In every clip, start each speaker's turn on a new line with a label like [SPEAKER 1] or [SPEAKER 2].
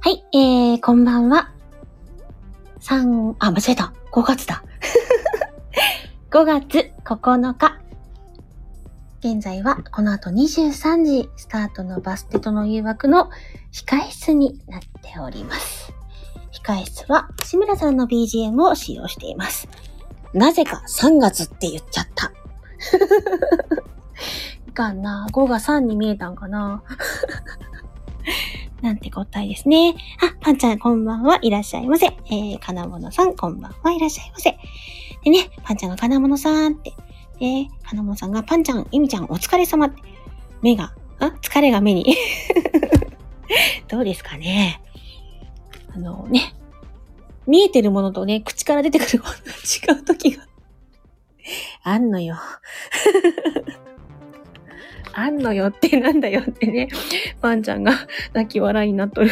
[SPEAKER 1] はい、えー、こんばんは。3、あ、間違えた。5月だ。5月9日。現在はこの後23時スタートのバステとの誘惑の控室になっております。控室は志村さんの BGM を使用しています。なぜか3月って言っちゃった。 いかんな。5が3に見えたんかな。なんて答えですね。あ、パンちゃんこんばんはいらっしゃいませ。えー、金物さんこんばんはいらっしゃいませ。でね、パンちゃんが金物さんって。で、金物さんがパンちゃん、エミちゃんお疲れ様って。目が、あ疲れが目に。 どうですかね。あのね、見えてるものとね、口から出てくるものが違う時があんのよ。 あんのよってなんだよってね、パンちゃんが泣き笑いになっとる。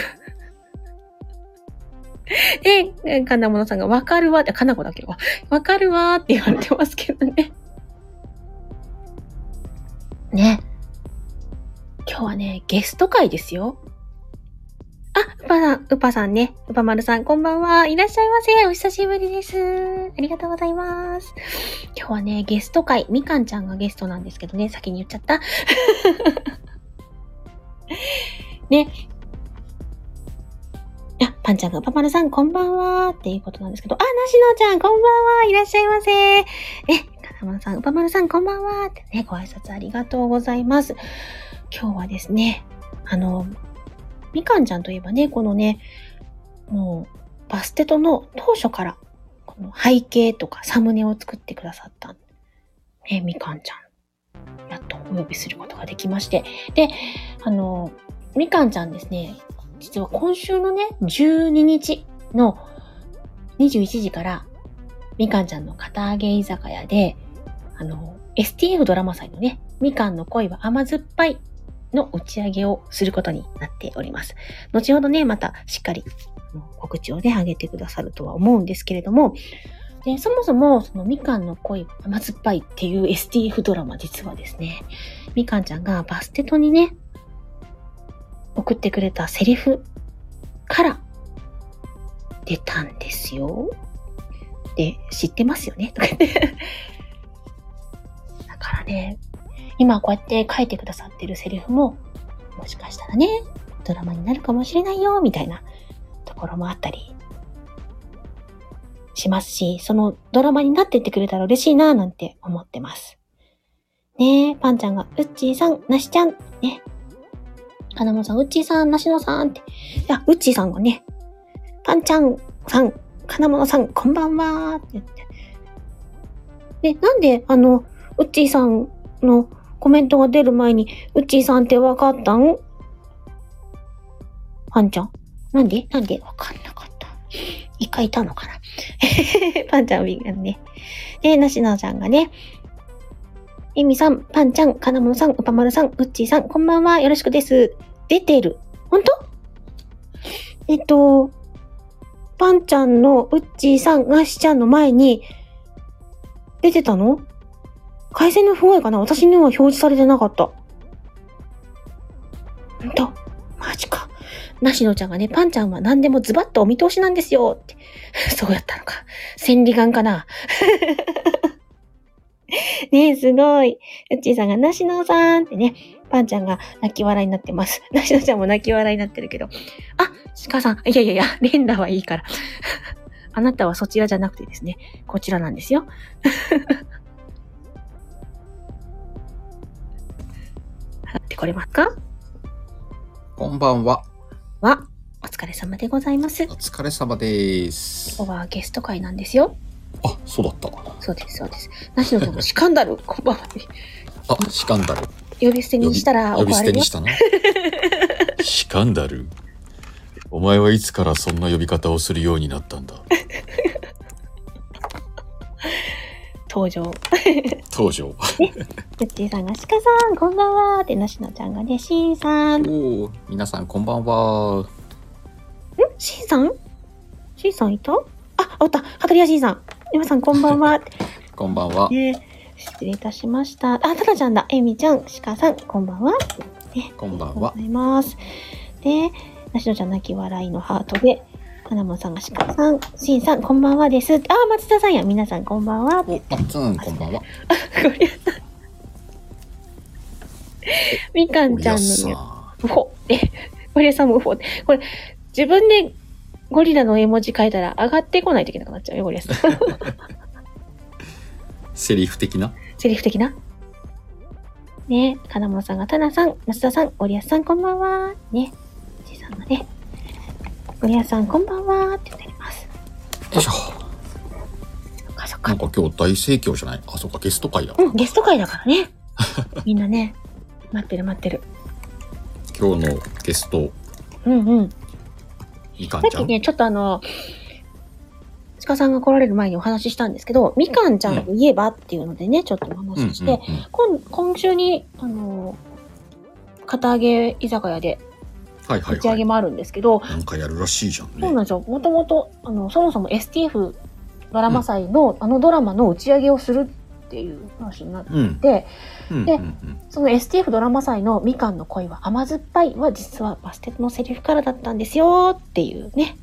[SPEAKER 1] で、金物さんがわかるわって、かなこだっけど、わかるわーって言われてますけどね。ね。今日はね、ゲスト会ですよ。あ、うぱさん、うぱさんね。うぱまるさん、こんばんは。いらっしゃいませ。お久しぶりです。ありがとうございます。今日はね、ゲスト会。みかんちゃんがゲストなんですけどね、先に言っちゃった。ね。あ、パンちゃんが、パパルさん、こんばんはっていうことなんですけど、あ、なしのちゃん、こんばんはいらっしゃいませ。え、かなまるさん、うぱまるさん、こんばんはってね、ご挨拶ありがとうございます。今日はですね、あの、みかんちゃんといえばね、このね、もう、バステトの当初から、この背景とかサムネを作ってくださった、ね、みかんちゃん、やっとお呼びすることができまして。で、あの、みかんちゃんですね、実は今週のね、12日の21時から、みかんちゃんの片揚げ居酒屋で、あの、STF ドラマ祭のね、みかんの恋は甘酸っぱいの打ち上げをすることになっております。後ほどね、またしっかりあの告知をね、上げてくださるとは思うんですけれども、でそもそも、そのみかんの恋は甘酸っぱいっていう STF ドラマ実はですね、みかんちゃんがバステトにね、送ってくれたセリフから出たんですよ。で、知ってますよねとか言って。 だからね、今こうやって書いてくださってるセリフも、もしかしたらね、ドラマになるかもしれないよ、みたいなところもあったりしますし、そのドラマになってってくれたら嬉しいな、なんて思ってます。ねえ、パンちゃんが、うっちーさん、なしちゃん、ね、金物さん、うっちーさん、なしのさんって。いや、うっちーさんがね、パンちゃんさん、金物さん、こんばんはって言って。で、なんで、あの、うっちーさんのコメントが出る前に、うっちーさんってわかったんパンちゃんなんでなんでわかんなかった。一回いたのかな パンちゃんはね。で、なしなちゃんがね、エミさん、パンちゃん、金物さん、うぱまるさん、うっちーさん、こんばんは、よろしくです。出てる。ほんとえっと、パンちゃんのうっちーさん、がしちゃんの前に、出てたの回線の不具合かな私には表示されてなかった。ほんとマジか。なしのちゃんがね、パンちゃんは何でもズバッとお見通しなんですよって。 そうやったのか。千里眼かな ねえ、すごい。うっちーさんが、なしのさんってね、パンちゃんが泣き笑いになってます。 なしのちゃんも泣き笑いになってるけど。あ、鹿さん、いやいやいや、レンダはいいから。 あなたはそちらじゃなくてですね、こちらなんですよ。 払ってこれますか
[SPEAKER 2] こんばんは。
[SPEAKER 1] は、お疲れ様でございます
[SPEAKER 2] お。疲れ様です。
[SPEAKER 1] 今日はゲスト会なんですよ。
[SPEAKER 2] あ、そうだった。
[SPEAKER 1] そうです、そうです。なしのちゃんもシカンダル、 こんばんは。
[SPEAKER 2] あ、シカンダル。
[SPEAKER 1] 呼び捨てにしたら
[SPEAKER 2] 呼び
[SPEAKER 1] 怒ら
[SPEAKER 2] 捨て
[SPEAKER 1] れる
[SPEAKER 2] に
[SPEAKER 1] よ
[SPEAKER 2] し。たな。 シカンダル。お前はいつからそんな呼び方をするようになったんだ。
[SPEAKER 1] 登場。
[SPEAKER 2] 登場。
[SPEAKER 1] ゆっちーさんが、シカさん、こんばんはって、なしのちゃんがね、しんさん。ん
[SPEAKER 2] おお、皆さんこんばんは。
[SPEAKER 1] しんさんしんさんいたあ、おった。はたりやしんさん。皆さん、こんばんは。
[SPEAKER 2] こんばんは。
[SPEAKER 1] ね、失礼いたしました。あ、ただちゃんだ。えみちゃん、しかさん、こんばんは。
[SPEAKER 2] こんばん
[SPEAKER 1] ありがとう
[SPEAKER 2] は
[SPEAKER 1] ござ。います。で、なしのちゃん、泣き笑いのハートで、かなもんさんが鹿さん、しんさん、こんばんはです。あー、松田さんや、皆さん、こんばんは。
[SPEAKER 3] お、マッツン、こんばんは。
[SPEAKER 1] みかんちゃんのね、
[SPEAKER 2] さ
[SPEAKER 1] ウホ。え、ゴリラさんもウホ。これ、自分でゴリラの絵文字書いたら上がってこないといけなくなっちゃうよ、ゴリラさ ん。
[SPEAKER 3] セリフ的な。
[SPEAKER 1] セリフ的な。ねえ、金物さんがタナさん、松田さん、ゴリアスさんこんばんは。ね。じいさんがね、ゴリアスさんこんばんはってなります。
[SPEAKER 3] よいしょ。
[SPEAKER 1] そっかそっ
[SPEAKER 3] な
[SPEAKER 1] か
[SPEAKER 3] ん。か今日大盛況じゃないあ、そうか、ゲスト会だ。
[SPEAKER 1] うん、ゲスト会だから ね。みんなね、待ってる待ってる。
[SPEAKER 3] 今日のゲスト、
[SPEAKER 1] うんうん。さ
[SPEAKER 3] みかんちゃ
[SPEAKER 1] っき
[SPEAKER 3] ん。
[SPEAKER 1] ね、ちょっとあの、鹿さんが来られる前にお話ししたんですけど、みかんちゃんといえばっていうのでね、ちょっとお
[SPEAKER 3] うんうんう
[SPEAKER 1] 話
[SPEAKER 3] ん
[SPEAKER 1] しして、今今週に、あの、片揚げ居酒屋で
[SPEAKER 3] はいは
[SPEAKER 1] 打
[SPEAKER 3] い
[SPEAKER 1] ち上
[SPEAKER 3] は
[SPEAKER 1] げ
[SPEAKER 3] い。
[SPEAKER 1] もあるんですけど、
[SPEAKER 3] なんかやるらしいじゃん
[SPEAKER 1] そうな
[SPEAKER 3] ね。
[SPEAKER 1] んですよ。もともと、あの、そもそも STF ドラマ祭の、あのドラマの打ち上げをするっていう話になっ
[SPEAKER 3] うん。
[SPEAKER 1] て、
[SPEAKER 3] うんうん
[SPEAKER 1] で
[SPEAKER 3] うん。
[SPEAKER 1] その STF ドラマ祭のみかんの恋は甘酸っぱいは実はバステのセリフからだったんですよっていうね。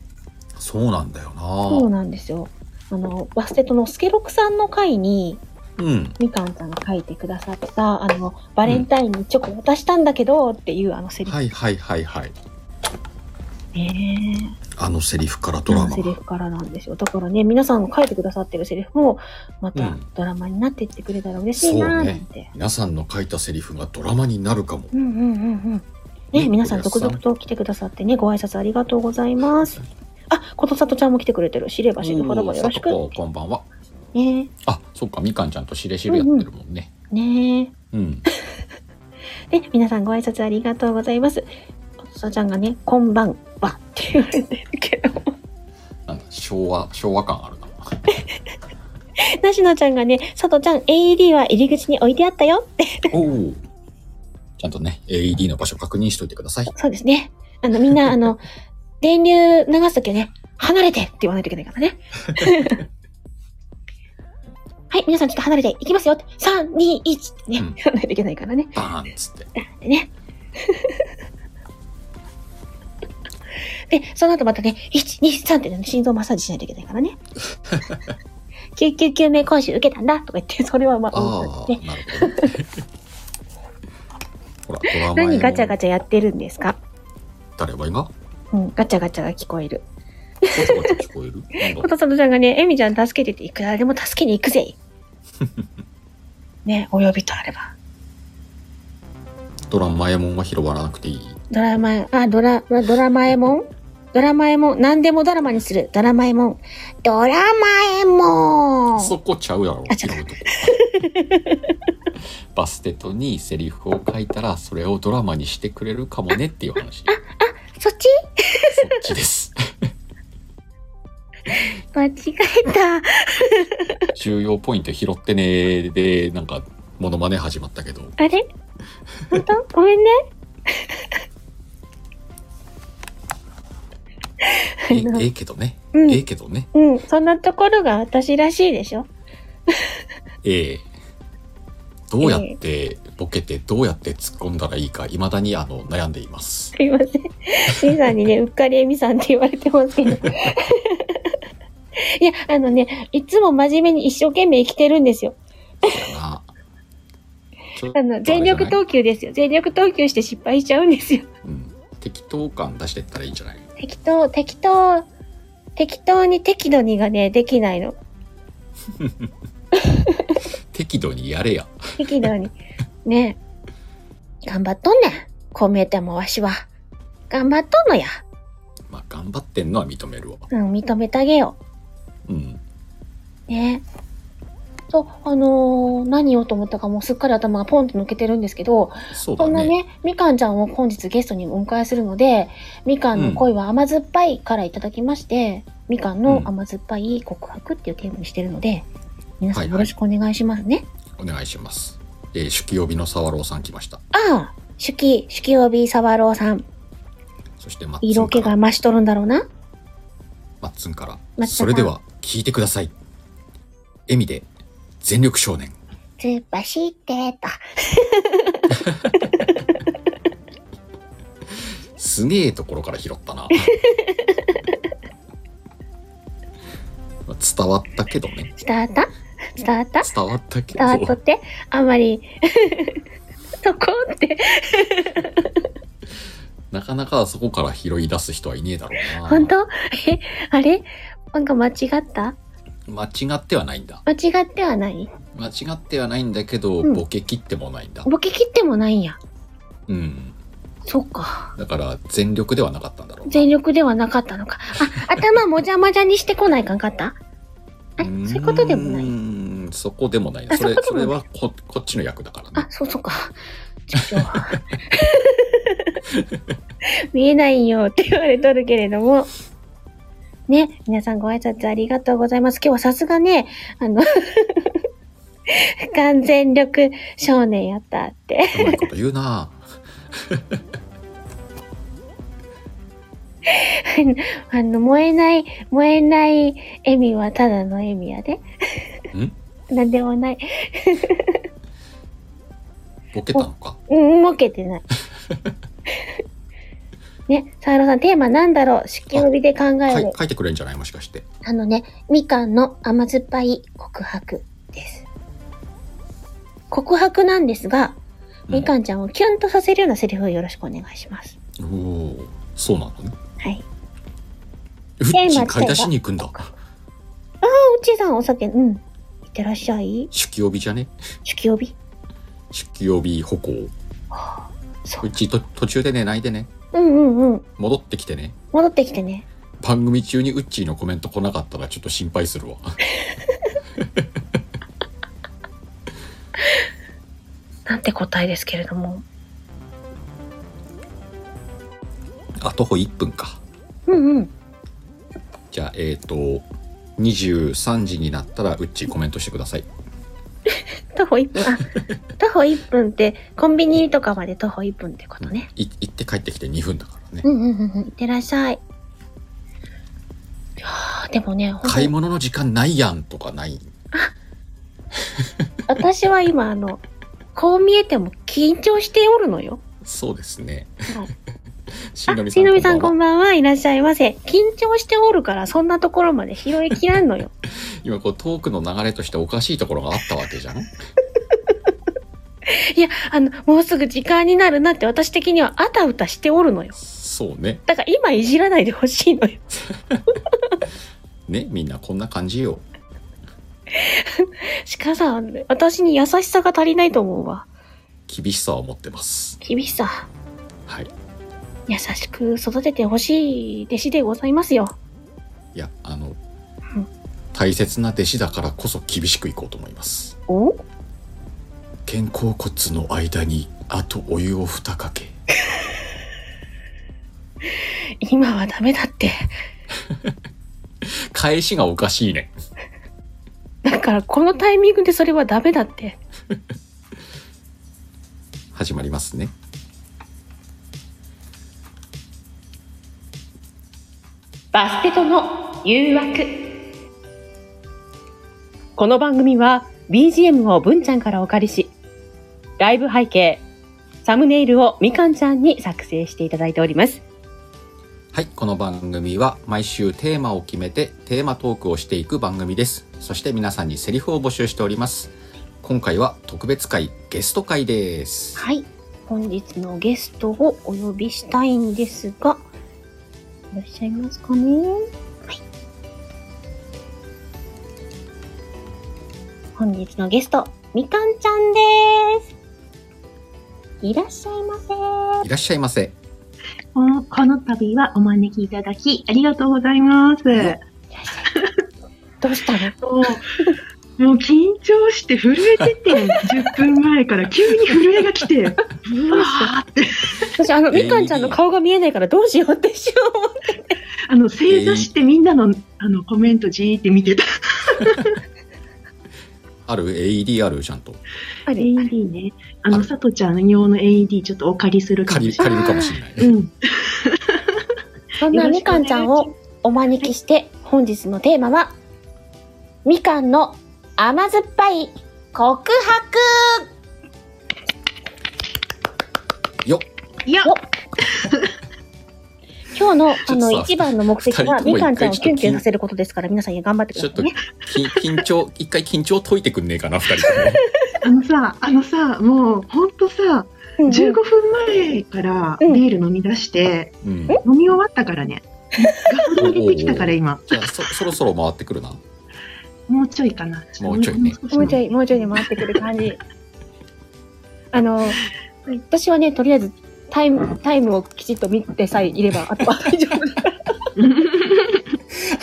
[SPEAKER 3] そうなんだよ
[SPEAKER 1] そう
[SPEAKER 3] な。
[SPEAKER 1] なんですよ。あの、バステのスケロクさんの回に、
[SPEAKER 3] うん。
[SPEAKER 1] みかんさんが書いてくださった、あの、バレンタインにチョコ渡したんだけどっていうあのセリフ
[SPEAKER 3] はいはいはいはい。
[SPEAKER 1] ね。
[SPEAKER 3] あのセリフからドラマ
[SPEAKER 1] セ。リフからなんですよ。だからね、皆さんが書いてくださってるセリフも、ま
[SPEAKER 3] う
[SPEAKER 1] た
[SPEAKER 3] ん
[SPEAKER 1] ドラマになっていってくれたら嬉しいなーなんて。
[SPEAKER 3] 皆さんの書いたセリフがドラマになるかも。
[SPEAKER 1] うんうんうんうん。ね、
[SPEAKER 3] ね
[SPEAKER 1] 皆さん
[SPEAKER 3] お客さ
[SPEAKER 1] 続
[SPEAKER 3] ん
[SPEAKER 1] 々と来てくださってね、ご挨拶ありがとうございます。あ、ことさとちゃんも来てくれてる。知れば知るほどもよろしく。
[SPEAKER 3] おーさとここんばんは。
[SPEAKER 1] ね
[SPEAKER 3] あ、そっか、みかんちゃんとしれしれやってるもんね。
[SPEAKER 1] ね
[SPEAKER 3] うん。
[SPEAKER 1] で、皆さんご挨拶ありがとうございます。ことさちゃんがね、こんばんはって言われてるけど。
[SPEAKER 3] なんだ、昭和、昭和感ある な。
[SPEAKER 1] なしのちゃんがね、さとちゃん AED は入り口に置いてあったよって。
[SPEAKER 3] おお。ちゃんとね、AED の場所確認しといてください。
[SPEAKER 1] そうですね。あの、みんな、あ の、電流流すときはね、離れてって言わないといけないから ね。はい、皆さんちょっと離れていきますよって。3、2、1ってね、
[SPEAKER 3] うん
[SPEAKER 1] 言わないといけないからね。
[SPEAKER 3] バーンっつって。
[SPEAKER 1] でね。 で、その後またね、1、2、3ってね、心臓マッサージしないといけないからね。救急救命講習受けたんだとか言って、それはま
[SPEAKER 3] あ
[SPEAKER 1] あ、
[SPEAKER 3] あ、
[SPEAKER 1] ね、
[SPEAKER 3] なるほどね。ほら、ドラマへの
[SPEAKER 1] 何ガチャガチャやってるんですか
[SPEAKER 3] 誰が今
[SPEAKER 1] うん、ガチャガチャが聞こえる。
[SPEAKER 3] ガチャガチャ聞こえるなんだ
[SPEAKER 1] ことさとちゃんがね、えみちゃん助けてって、いくらでも助けに行くぜ。ね、お呼びとあれば。
[SPEAKER 3] ドラマえもんは拾わなくていい。
[SPEAKER 1] ドラマ、あ、ドラ、ドラマえもんドラマえもん。何でもドラマにする。ドラマえもん。ドラマえもん
[SPEAKER 3] そこちゃうやろ
[SPEAKER 1] あ、
[SPEAKER 3] 拾
[SPEAKER 1] 違
[SPEAKER 3] うとこ。バステトにセリフを書いたら、それをドラマにしてくれるかもねっていう話。そ
[SPEAKER 1] そっ
[SPEAKER 3] っ
[SPEAKER 1] ち
[SPEAKER 3] ちです。
[SPEAKER 1] 間違えた。
[SPEAKER 3] 重要ポイント拾ってねーで、なんか、モノマネ始まったけど。
[SPEAKER 1] あれ本当ごめんね。
[SPEAKER 3] え
[SPEAKER 1] あの
[SPEAKER 3] ええけどね。
[SPEAKER 1] うん
[SPEAKER 3] ええけどね。
[SPEAKER 1] うん、そんなところが私らしいでしょ
[SPEAKER 3] ええどうやってボケて、どうやって突っ込んだらいいか、未だにあの悩んでいます。
[SPEAKER 1] すいません。みーさんにね、うっかりえみさんって言われてますけど。いや、あのね、いつも真面目に一生懸命生きてるんですよ。
[SPEAKER 3] だなちょっと
[SPEAKER 1] あの、全力
[SPEAKER 3] あれ
[SPEAKER 1] 投球ですよ。全力投球して失敗しちゃうんですよ。
[SPEAKER 3] じゃない、うん、適当感出してったらいいんじゃない
[SPEAKER 1] 適当、適当、適当に適度にがね、できないの。
[SPEAKER 3] 適度にやれや。
[SPEAKER 1] 適度に。ねえ頑張っとんねん。こう見えてもわしは。頑張っとんのや。
[SPEAKER 3] まあ、頑張ってんのは認めるわ。
[SPEAKER 1] うん、認めてあげよ
[SPEAKER 3] うん。
[SPEAKER 1] う。ねえそう、あのー何をと思ったかもうすっかり頭がポンって抜けてるんですけど、
[SPEAKER 3] そうだ
[SPEAKER 1] そんな
[SPEAKER 3] ね。
[SPEAKER 1] ね、みかんちゃんを本日ゲストにお迎えするので、みかんの恋は甘酸っぱいからいただきまして、みかんの甘酸っぱい告白っていうテーマにしてるので、皆さ
[SPEAKER 3] は
[SPEAKER 1] ん
[SPEAKER 3] いは
[SPEAKER 1] よろ
[SPEAKER 3] い
[SPEAKER 1] しくお願いしますね。
[SPEAKER 3] お願いします。えー、酒気帯びの沢郎さん来ました。
[SPEAKER 1] ああ、手記、手記帯びさわろうさん、
[SPEAKER 3] そしてマッツンから。
[SPEAKER 1] 色気が増しとるんだろうな。
[SPEAKER 3] マッツンから。
[SPEAKER 1] マッツンさん
[SPEAKER 3] それでは、聞いてください。エミで、全力少年。
[SPEAKER 1] 突っ走って、と。
[SPEAKER 3] すすげえところから拾 ったな。まあ伝わったけどね。
[SPEAKER 1] 伝わった伝わった
[SPEAKER 3] 伝わったけど
[SPEAKER 1] 伝。わっとってあんまり そこって
[SPEAKER 3] なかなかそこから拾い出す人はいねえだろうな。
[SPEAKER 1] 本当えあれなんか間違った
[SPEAKER 3] 間違ってはないんだ。
[SPEAKER 1] 間違ってはない
[SPEAKER 3] 間違ってはないんだけど、
[SPEAKER 1] うん
[SPEAKER 3] ボケ切ってもないんだ。
[SPEAKER 1] ボケ切ってもないんや
[SPEAKER 3] うん。
[SPEAKER 1] そっか
[SPEAKER 3] だから、全力ではなかったんだろうな。
[SPEAKER 1] 全力ではなかったのかあ頭もじゃもじゃにしてこないかんかったえそういうことでもな
[SPEAKER 3] う
[SPEAKER 1] い
[SPEAKER 3] ーんそこでもない
[SPEAKER 1] あ
[SPEAKER 3] それ
[SPEAKER 1] そこ
[SPEAKER 3] そ
[SPEAKER 1] で
[SPEAKER 3] れ
[SPEAKER 1] も
[SPEAKER 3] はここっちの役だから
[SPEAKER 1] あ
[SPEAKER 3] ね
[SPEAKER 1] そうそうかちょっと見えないよって言われとるけれどもね皆さんご挨拶ありがとうございます今日はさすがねあの完全力少年やったって
[SPEAKER 3] うまいこと言うな
[SPEAKER 1] あの、燃えない、燃えない笑みはただの笑みやで。
[SPEAKER 3] ん
[SPEAKER 1] なんでもない。
[SPEAKER 3] ボケたのか
[SPEAKER 1] うん、儲けてない。ね、サーロさん、テーマなんだろう式帯で考え
[SPEAKER 3] か
[SPEAKER 1] る
[SPEAKER 3] い。書いてくれるんじゃないもしかして
[SPEAKER 1] あのね、みかんの甘酸っぱい告白です。告白なんですが、
[SPEAKER 3] うん
[SPEAKER 1] みかんちゃんをキュンとさせるようなセリフをよろしくお願いします。
[SPEAKER 3] おおーそうなのね
[SPEAKER 1] はい。
[SPEAKER 3] うっ
[SPEAKER 1] テーマ
[SPEAKER 3] ち
[SPEAKER 1] テーマ
[SPEAKER 3] 買い出しに行くんだ
[SPEAKER 1] あ、うちさんお酒、うん。いってらっしゃい。
[SPEAKER 3] 酒気帯びじゃね
[SPEAKER 1] 式帯
[SPEAKER 3] 酒気帯び歩行
[SPEAKER 1] そう
[SPEAKER 3] うちと途中でね泣いてね
[SPEAKER 1] うんうんうん。
[SPEAKER 3] 戻ってきてね
[SPEAKER 1] 戻ってきてね。
[SPEAKER 3] 番組中にウッチーのコメント来なかったらちょっと心配す るわ
[SPEAKER 1] なんて答えですけれども。
[SPEAKER 3] あ徒歩1分か
[SPEAKER 1] うんうん。
[SPEAKER 3] じゃあえっ、ー、と23時になったらウッチーコメントしてください
[SPEAKER 1] 徒歩1分、あ、 徒歩1分って、コンビニとかまで徒歩1分ってことね。
[SPEAKER 3] い行って帰ってきて2分だからね
[SPEAKER 1] うんうんうんうん。いってらっしゃい。いやーでもね、ほんと
[SPEAKER 3] 買い物の時間ないやんとかない
[SPEAKER 1] 私は今、あの、こう見えても緊張しておるのよ。
[SPEAKER 3] そうですね
[SPEAKER 1] はい
[SPEAKER 3] し
[SPEAKER 1] あ
[SPEAKER 3] んの、みさ
[SPEAKER 1] し
[SPEAKER 3] ん
[SPEAKER 1] のみさん
[SPEAKER 3] こ
[SPEAKER 1] こ
[SPEAKER 3] んばんは
[SPEAKER 1] んばんはいらっしゃいませ。緊張しておるから、そんなところまで拾いきらんの よ。
[SPEAKER 3] 今こうトークの流れとしておかしいところがあったわけじゃん
[SPEAKER 1] いや、あの、もうすぐ時間になるなって私的にはあたうたしておるのよ。
[SPEAKER 3] そうね
[SPEAKER 1] だから今いじらないでほしいのよ。
[SPEAKER 3] ねみんなこんな感じよ
[SPEAKER 1] 鹿さん、私に優しさが足りないと思うわ。
[SPEAKER 3] 厳しさを持ってます
[SPEAKER 1] 厳しさ。
[SPEAKER 3] はい
[SPEAKER 1] 優しく育ててほしい弟子でございますよ。
[SPEAKER 3] いやあの
[SPEAKER 1] うん
[SPEAKER 3] 大切な弟子だからこそ厳しくいこうと思います
[SPEAKER 1] お
[SPEAKER 3] 肩甲骨の間にあとお湯を二かけ
[SPEAKER 1] 今はダメだって。
[SPEAKER 3] 返しがおかしいね
[SPEAKER 1] だからこのタイミングでそれはダメだって。
[SPEAKER 3] 始まりますね
[SPEAKER 1] バステとの誘惑。この番組は BGM を文ちゃんからお借りし、ライブ背景、サムネイルをみかんちゃんに作成していただいております。
[SPEAKER 3] はい、この番組は毎週テーマを決めてテーマトークをしていく番組です。そして皆さんにセリフを募集しております。今回は特別会ゲスト会です。
[SPEAKER 1] はい。本日のゲストをお呼びしたいんですが、いらっしゃいますかねはい。本日のゲスト、みかんちゃんです。いらっしゃいませ。
[SPEAKER 3] いらっしゃいませ。
[SPEAKER 4] このこの度はお招きいただき、ありがとうございます。
[SPEAKER 1] どうしたの
[SPEAKER 4] もう、もう緊張して震えてて、10分前から急に震えが来て、うわーって、
[SPEAKER 1] 私、あの、
[SPEAKER 3] えー
[SPEAKER 1] みかんちゃんの顔が見えないからどうしようってしよう。
[SPEAKER 4] あの、正座してみんなのあのコメントじーって見てた。
[SPEAKER 3] ある AED あるちゃんと
[SPEAKER 1] あれ
[SPEAKER 4] AED ね。あ
[SPEAKER 3] あ
[SPEAKER 4] の、
[SPEAKER 3] る
[SPEAKER 4] さとちゃん用の AED ちょっとお借りするかも
[SPEAKER 3] 借り
[SPEAKER 4] しれ
[SPEAKER 3] 借
[SPEAKER 4] な
[SPEAKER 3] り
[SPEAKER 4] い。
[SPEAKER 3] るかもしれない。
[SPEAKER 4] うん。
[SPEAKER 1] そんなみかんちゃんをお招きして、本日のテーマは、みかんの甘酸っぱい告白
[SPEAKER 3] よっ
[SPEAKER 4] いや、
[SPEAKER 1] 今日の、あの、
[SPEAKER 3] ちょっとさ
[SPEAKER 1] 一番の目的
[SPEAKER 3] 二人
[SPEAKER 1] は、
[SPEAKER 3] とも
[SPEAKER 1] みかんちゃんを
[SPEAKER 3] 一
[SPEAKER 1] キュ
[SPEAKER 3] 回
[SPEAKER 1] ンキ
[SPEAKER 3] ちょっと
[SPEAKER 1] ュンさせることですから、皆さん頑張ってく
[SPEAKER 3] ちょ
[SPEAKER 1] ださい
[SPEAKER 3] っと
[SPEAKER 1] ね。
[SPEAKER 3] き緊張、一回緊張解いてくんねえかな、二人ともね。
[SPEAKER 4] あのさ、あのさ、もう本当さ、
[SPEAKER 1] うんうん
[SPEAKER 4] 15分前からビール飲み出して、
[SPEAKER 3] うん。
[SPEAKER 4] 飲み終わったからね。ガソリン入れてきたから今、
[SPEAKER 3] じゃあそ、そろそろ回ってくるな。
[SPEAKER 4] もうちょいかな。
[SPEAKER 3] もうちょいね
[SPEAKER 4] もう少し
[SPEAKER 1] もうちょい、もうちょいで回ってくる感じ。 あの、私はね、とりあえず、タイム、タイムをきちっと見てさえいれば、あとは大丈夫 だ。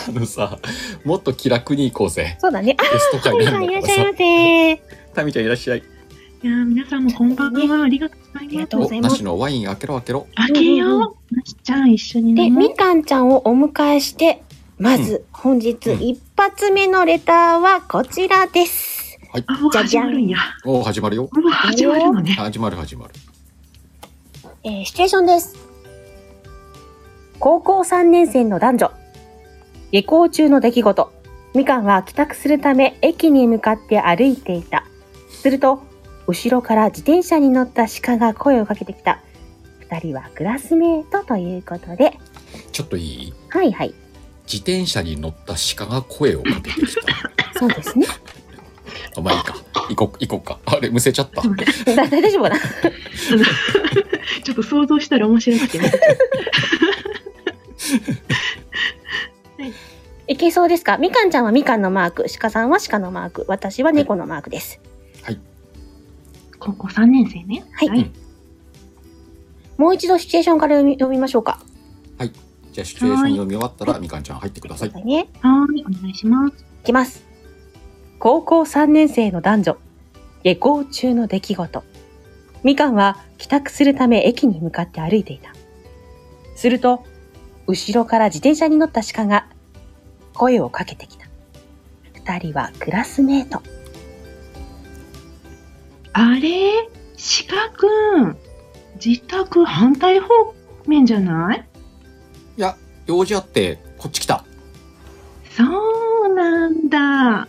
[SPEAKER 3] あのさ、もっと気楽に行こうぜ。
[SPEAKER 1] そうだね。あ、
[SPEAKER 3] ゲスト会
[SPEAKER 1] み
[SPEAKER 3] な
[SPEAKER 1] かん
[SPEAKER 3] ん
[SPEAKER 1] いらっ
[SPEAKER 3] だか
[SPEAKER 1] しゃ
[SPEAKER 3] ら
[SPEAKER 1] い
[SPEAKER 3] さ
[SPEAKER 1] ま。せ。あ
[SPEAKER 3] タミちゃんいらっしゃい。
[SPEAKER 4] いやー皆さんもこんばんは。ありがとうござい
[SPEAKER 1] りが
[SPEAKER 4] ます
[SPEAKER 1] とうございま
[SPEAKER 3] な
[SPEAKER 1] す
[SPEAKER 3] し。のワイン開けろ開けろ。
[SPEAKER 4] 開け
[SPEAKER 1] うんうん
[SPEAKER 4] よう。なしちゃん一緒に
[SPEAKER 1] で、
[SPEAKER 4] 飲もう
[SPEAKER 1] み。かんちゃんをお迎えして、まず、本日
[SPEAKER 3] うん
[SPEAKER 1] 一発目のレターはこちらです。
[SPEAKER 4] あ、もう
[SPEAKER 1] じゃじ
[SPEAKER 4] 始
[SPEAKER 1] ゃん
[SPEAKER 4] まるんや。
[SPEAKER 3] おお、始まるよ。
[SPEAKER 4] うわ、始まるのね。
[SPEAKER 3] 始まる始まる。
[SPEAKER 1] えーシチュエーションです。高校3年生の男女。下校中の出来事。みかんは帰宅するため駅に向かって歩いていた。すると、後ろから自転車に乗った鹿が声をかけてきた。二人はクラスメートということで。
[SPEAKER 3] ちょっといい
[SPEAKER 1] はいはい。
[SPEAKER 3] 自転車に乗った鹿が声をかけてきた。
[SPEAKER 1] そうですね。
[SPEAKER 3] あまあいい か。行こう、行こうか。あれ、むせちゃった。
[SPEAKER 1] だ大丈夫かな
[SPEAKER 4] ちょっと想像したら面白くてね。
[SPEAKER 1] いけそうですかみかんちゃんはみかんのマーク、鹿さんは鹿のマーク、私は猫のマークです。
[SPEAKER 4] 高校3年生ね。
[SPEAKER 1] はい
[SPEAKER 3] うん
[SPEAKER 1] もう一度シチュエーションから読み読みましょうか。
[SPEAKER 3] じゃあ、シチュエーション読み終わったら、みかんちゃん入ってください。
[SPEAKER 1] ね。
[SPEAKER 4] はーい、お願いします。
[SPEAKER 1] いきます。高校3年生の男女、下校中の出来事。みかんは帰宅するため駅に向かって歩いていた。すると、後ろから自転車に乗った鹿が声をかけてきた。二人はクラスメート。
[SPEAKER 4] あれ鹿くん、自宅反対方面じゃない
[SPEAKER 3] いや、用事あって、こっち来た。
[SPEAKER 4] そうなんだ。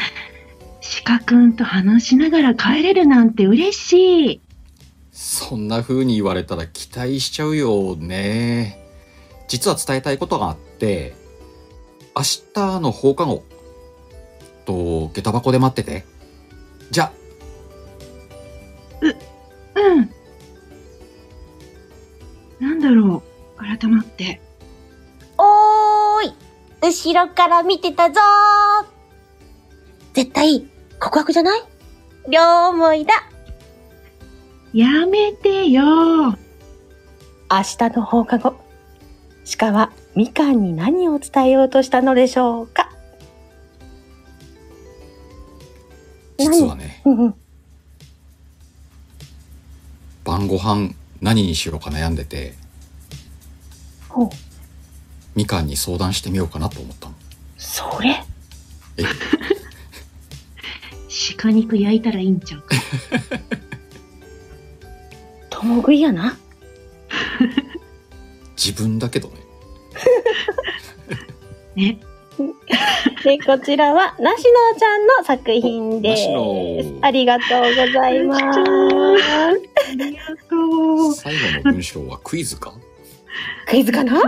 [SPEAKER 4] 鹿くんと話しながら帰れるなんて嬉しい。
[SPEAKER 3] そんな風に言われたら期待しちゃうよね。実は伝えたいことがあって、明日の放課後、と、下駄箱で待ってて。じゃ、
[SPEAKER 4] うん。なんだろう、改まって。
[SPEAKER 1] おーい後ろから見てたぞー絶対、告白じゃない両思いだ
[SPEAKER 4] やめてよ。
[SPEAKER 1] 明日の放課後、鹿はみかんに何を伝えようとしたのでしょうか
[SPEAKER 3] 実はね、
[SPEAKER 1] うんうん。
[SPEAKER 3] 晩ご飯何にしようか悩んでて、
[SPEAKER 1] ほう。
[SPEAKER 3] みかんに相談してみようかなと思ったの。
[SPEAKER 1] それ
[SPEAKER 4] 鹿肉焼いたらいいんちゃうか。
[SPEAKER 1] 共食いやな。
[SPEAKER 3] 自分だけどね。
[SPEAKER 4] ね。
[SPEAKER 1] で、こちらは、なしのちゃんの作品で
[SPEAKER 3] おなし
[SPEAKER 1] す。
[SPEAKER 3] の
[SPEAKER 1] ありがとうござい ます。
[SPEAKER 4] ありがとう。
[SPEAKER 3] 最後の文章はクイズか
[SPEAKER 1] クイズかな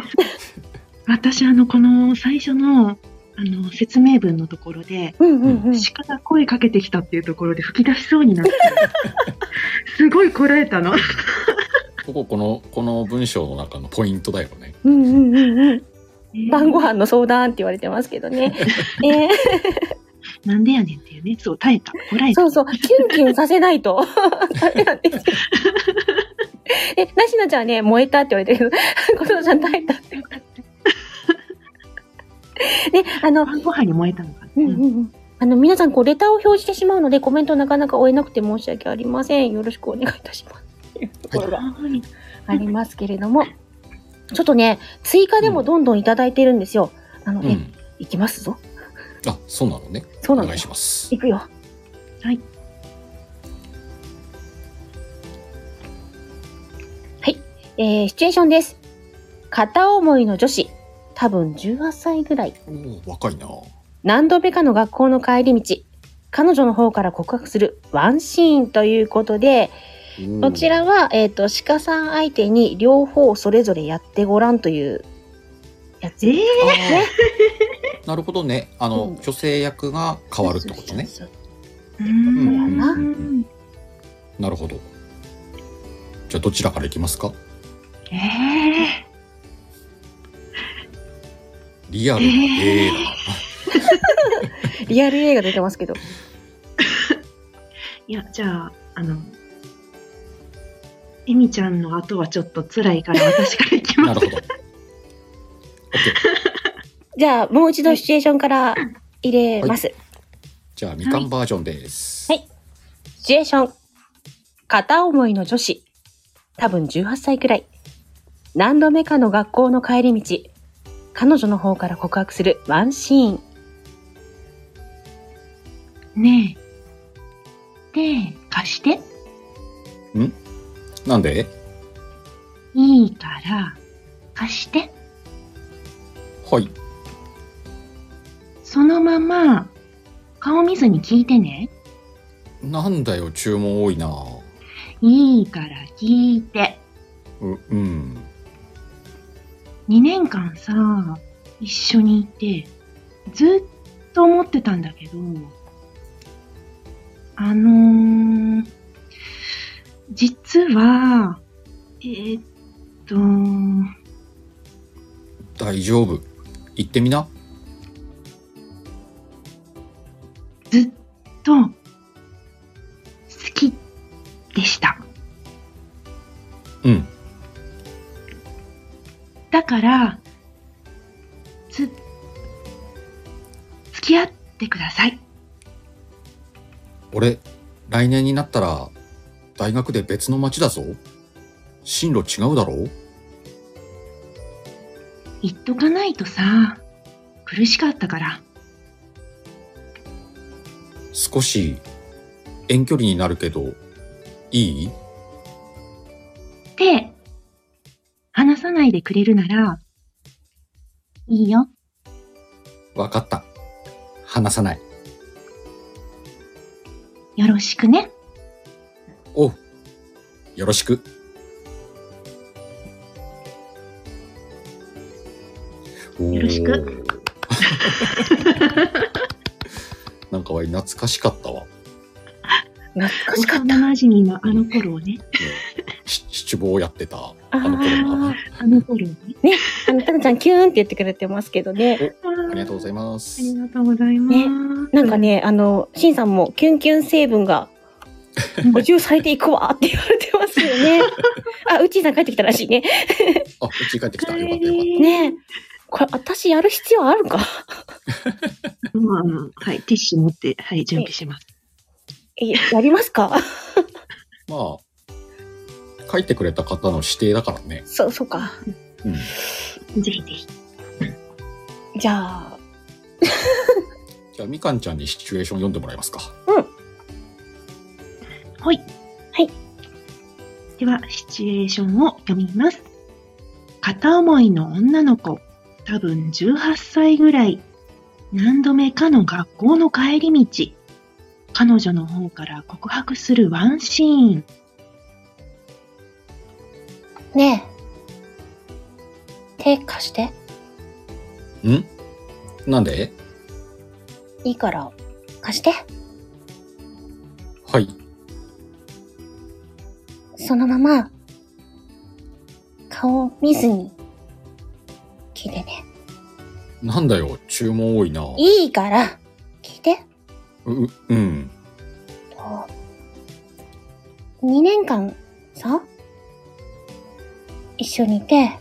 [SPEAKER 4] 私あのこの最初のあの説明文のところで
[SPEAKER 1] うんうんうん。
[SPEAKER 4] 鹿が声かけてきたっていうところで吹き出しそうになってすごいこらえたの
[SPEAKER 3] ここ、この、この文章の中のポイントだよね。
[SPEAKER 1] うんうんうんうん。晩ご飯の相談って言われてますけどね。え
[SPEAKER 4] なんでやねんっていうねそう耐えたこらえ
[SPEAKER 1] ー、
[SPEAKER 4] た
[SPEAKER 1] そうそう、キュンキュンさせないと。 ダメなんですよ。え、なしなちゃんはね、燃えたって言われてる けど、ことちゃん耐えたって。で、あの、
[SPEAKER 4] 晩ご飯に燃えたのかな、
[SPEAKER 1] うんうんうん。あの、皆さん、こう、レターを表示してしまうので、コメントなかなか追えなくて申し訳ありません。よろしくお願いいたします。っていうところが
[SPEAKER 4] はい
[SPEAKER 1] ありますけれども、ちょっとね、追加でもどんどんいただいてるんですよ。なの
[SPEAKER 3] う
[SPEAKER 1] で、
[SPEAKER 3] ん。
[SPEAKER 1] いきますぞ。
[SPEAKER 3] あ、そうなのね。
[SPEAKER 1] そうな
[SPEAKER 3] お
[SPEAKER 1] んで
[SPEAKER 3] 願い
[SPEAKER 1] す
[SPEAKER 3] し。ます。
[SPEAKER 1] いくよ。
[SPEAKER 4] はい。
[SPEAKER 1] はい。えー、シチュエーションです。片思いの女子。多分18歳ぐらい。
[SPEAKER 3] おー若いな。
[SPEAKER 1] 何度目かの学校の帰り道。彼女の方から告白するワンシーンということで、
[SPEAKER 3] うん
[SPEAKER 1] こちらは、えっ、と、鹿さん相手に両方それぞれやってごらんというやつ。
[SPEAKER 4] えー
[SPEAKER 3] あーなるほどね。あの、
[SPEAKER 1] うん
[SPEAKER 3] 女性役が変わるってことね。
[SPEAKER 1] そうそう
[SPEAKER 3] うん
[SPEAKER 4] う
[SPEAKER 3] うんんなるほど。じゃあどちらからいきますか。
[SPEAKER 4] え
[SPEAKER 2] リアルなええだな。
[SPEAKER 1] そうリアル映画出てますけど。
[SPEAKER 4] ーいや、じゃあ、あの、エミちゃんの後はちょっと辛 いから私からいき
[SPEAKER 3] な
[SPEAKER 4] ま
[SPEAKER 3] る
[SPEAKER 4] す。
[SPEAKER 3] ほど。
[SPEAKER 1] じゃあ、もう一度シチュエーションから入れます。
[SPEAKER 3] じゃあみかんバージョンです。
[SPEAKER 1] はいシチュエーション。片思いの女子。多分18歳くらい。何度目かの学校の帰り道。彼女の方から告白するワンシーン。
[SPEAKER 4] ねえ。ねえ、貸して。
[SPEAKER 3] なんで？
[SPEAKER 4] いいから、貸して。
[SPEAKER 3] はい。
[SPEAKER 4] そのまま、顔見ずに聞いてね。
[SPEAKER 3] なんだよ注文多いな。
[SPEAKER 4] いいから聞いて。
[SPEAKER 3] ううん。
[SPEAKER 4] 2年間さ、一緒にいて、ずっと思ってたんだけど、あのー、実は、えーっと、
[SPEAKER 3] 大丈夫。行ってみな。
[SPEAKER 4] ずっと、好きでした。
[SPEAKER 3] うん。
[SPEAKER 4] だから、つ、付き合ってください。
[SPEAKER 3] 俺来年になったら大学で別の町だぞ。進路違うだろう。
[SPEAKER 4] 言っとかないとさ、苦しかったから。
[SPEAKER 3] 少し遠距離になるけどいい？
[SPEAKER 4] って、話さないでくれるなら、いいよ。
[SPEAKER 3] わかった。話さない。
[SPEAKER 4] よろしくね。
[SPEAKER 3] おうよろしく。
[SPEAKER 4] よろしく
[SPEAKER 3] おー。 なんかわい懐かしかったわ。
[SPEAKER 1] 懐かしかった。
[SPEAKER 4] 幼馴染のあの頃をね。
[SPEAKER 3] し七望やってた。
[SPEAKER 1] あ
[SPEAKER 3] の頃
[SPEAKER 1] ー
[SPEAKER 3] の
[SPEAKER 4] あの頃をね。
[SPEAKER 1] あの、たなちゃんキューンって言ってくれてますけどね。
[SPEAKER 3] ありがとうございま
[SPEAKER 4] あり
[SPEAKER 3] す。
[SPEAKER 4] がとうございます。
[SPEAKER 1] なんかね、あの、しんさんもキュンキュン成分が
[SPEAKER 4] うん
[SPEAKER 1] 補充されていくわって言われてますよ ね。あ、うちーさん帰ってきたらしいね。
[SPEAKER 3] あ、うち帰ってきた。
[SPEAKER 4] 帰
[SPEAKER 3] よ
[SPEAKER 4] り
[SPEAKER 3] かったよかっ
[SPEAKER 1] ねえ。これ、私やる必要あるか
[SPEAKER 4] まあまあ、はい、ティッシュ持って、はい、準備します。
[SPEAKER 1] えやりますか
[SPEAKER 3] た。まあ、書いてくれた方の指定だからね。
[SPEAKER 1] そう、そうか。
[SPEAKER 3] うん。
[SPEAKER 4] ぜひぜひ。
[SPEAKER 1] じゃあ、
[SPEAKER 3] じゃあ、みかんちゃんにシチュエーション読んでもらえますか。
[SPEAKER 4] はい。
[SPEAKER 1] はい。
[SPEAKER 4] では、シチュエーションを読みます。片思いの女の子、多分18歳ぐらい。何度目かの学校の帰り道。彼女の方から告白するワンシーン。
[SPEAKER 1] ねえ。手貸して。
[SPEAKER 3] んなんで
[SPEAKER 1] いいから、貸して。
[SPEAKER 3] はい。
[SPEAKER 1] そのまま、顔見ずに、聞いてね。
[SPEAKER 3] なんだよ、注文多いな。
[SPEAKER 1] いいから、聞いて。
[SPEAKER 3] う、うん。
[SPEAKER 1] と、2年間さ、一緒にいて、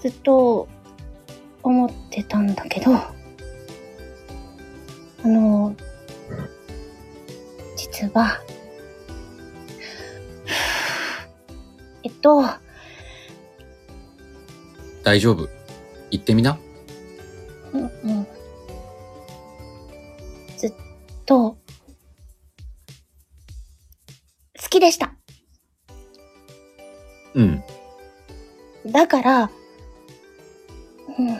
[SPEAKER 1] ずっと思ってたんだけど、あの、実は、えっと、
[SPEAKER 3] 大丈夫。行ってみな。
[SPEAKER 1] うんうんずっと、好きでした。
[SPEAKER 3] うん。
[SPEAKER 1] だから、うん、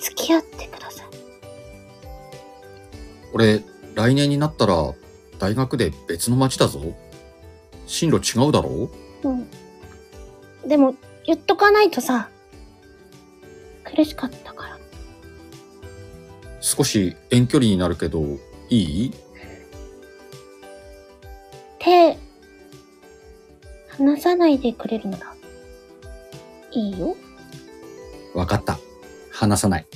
[SPEAKER 1] 付き合ってください。
[SPEAKER 3] 俺、来来年になったら大学で別の町だぞ。進路違うだろう
[SPEAKER 1] うん。でも、言っとかないとさ、苦しかったから。
[SPEAKER 3] 少し遠距離になるけど、いい
[SPEAKER 1] 手、離さないでくれるなら、いいよ。
[SPEAKER 3] わかった。話さない。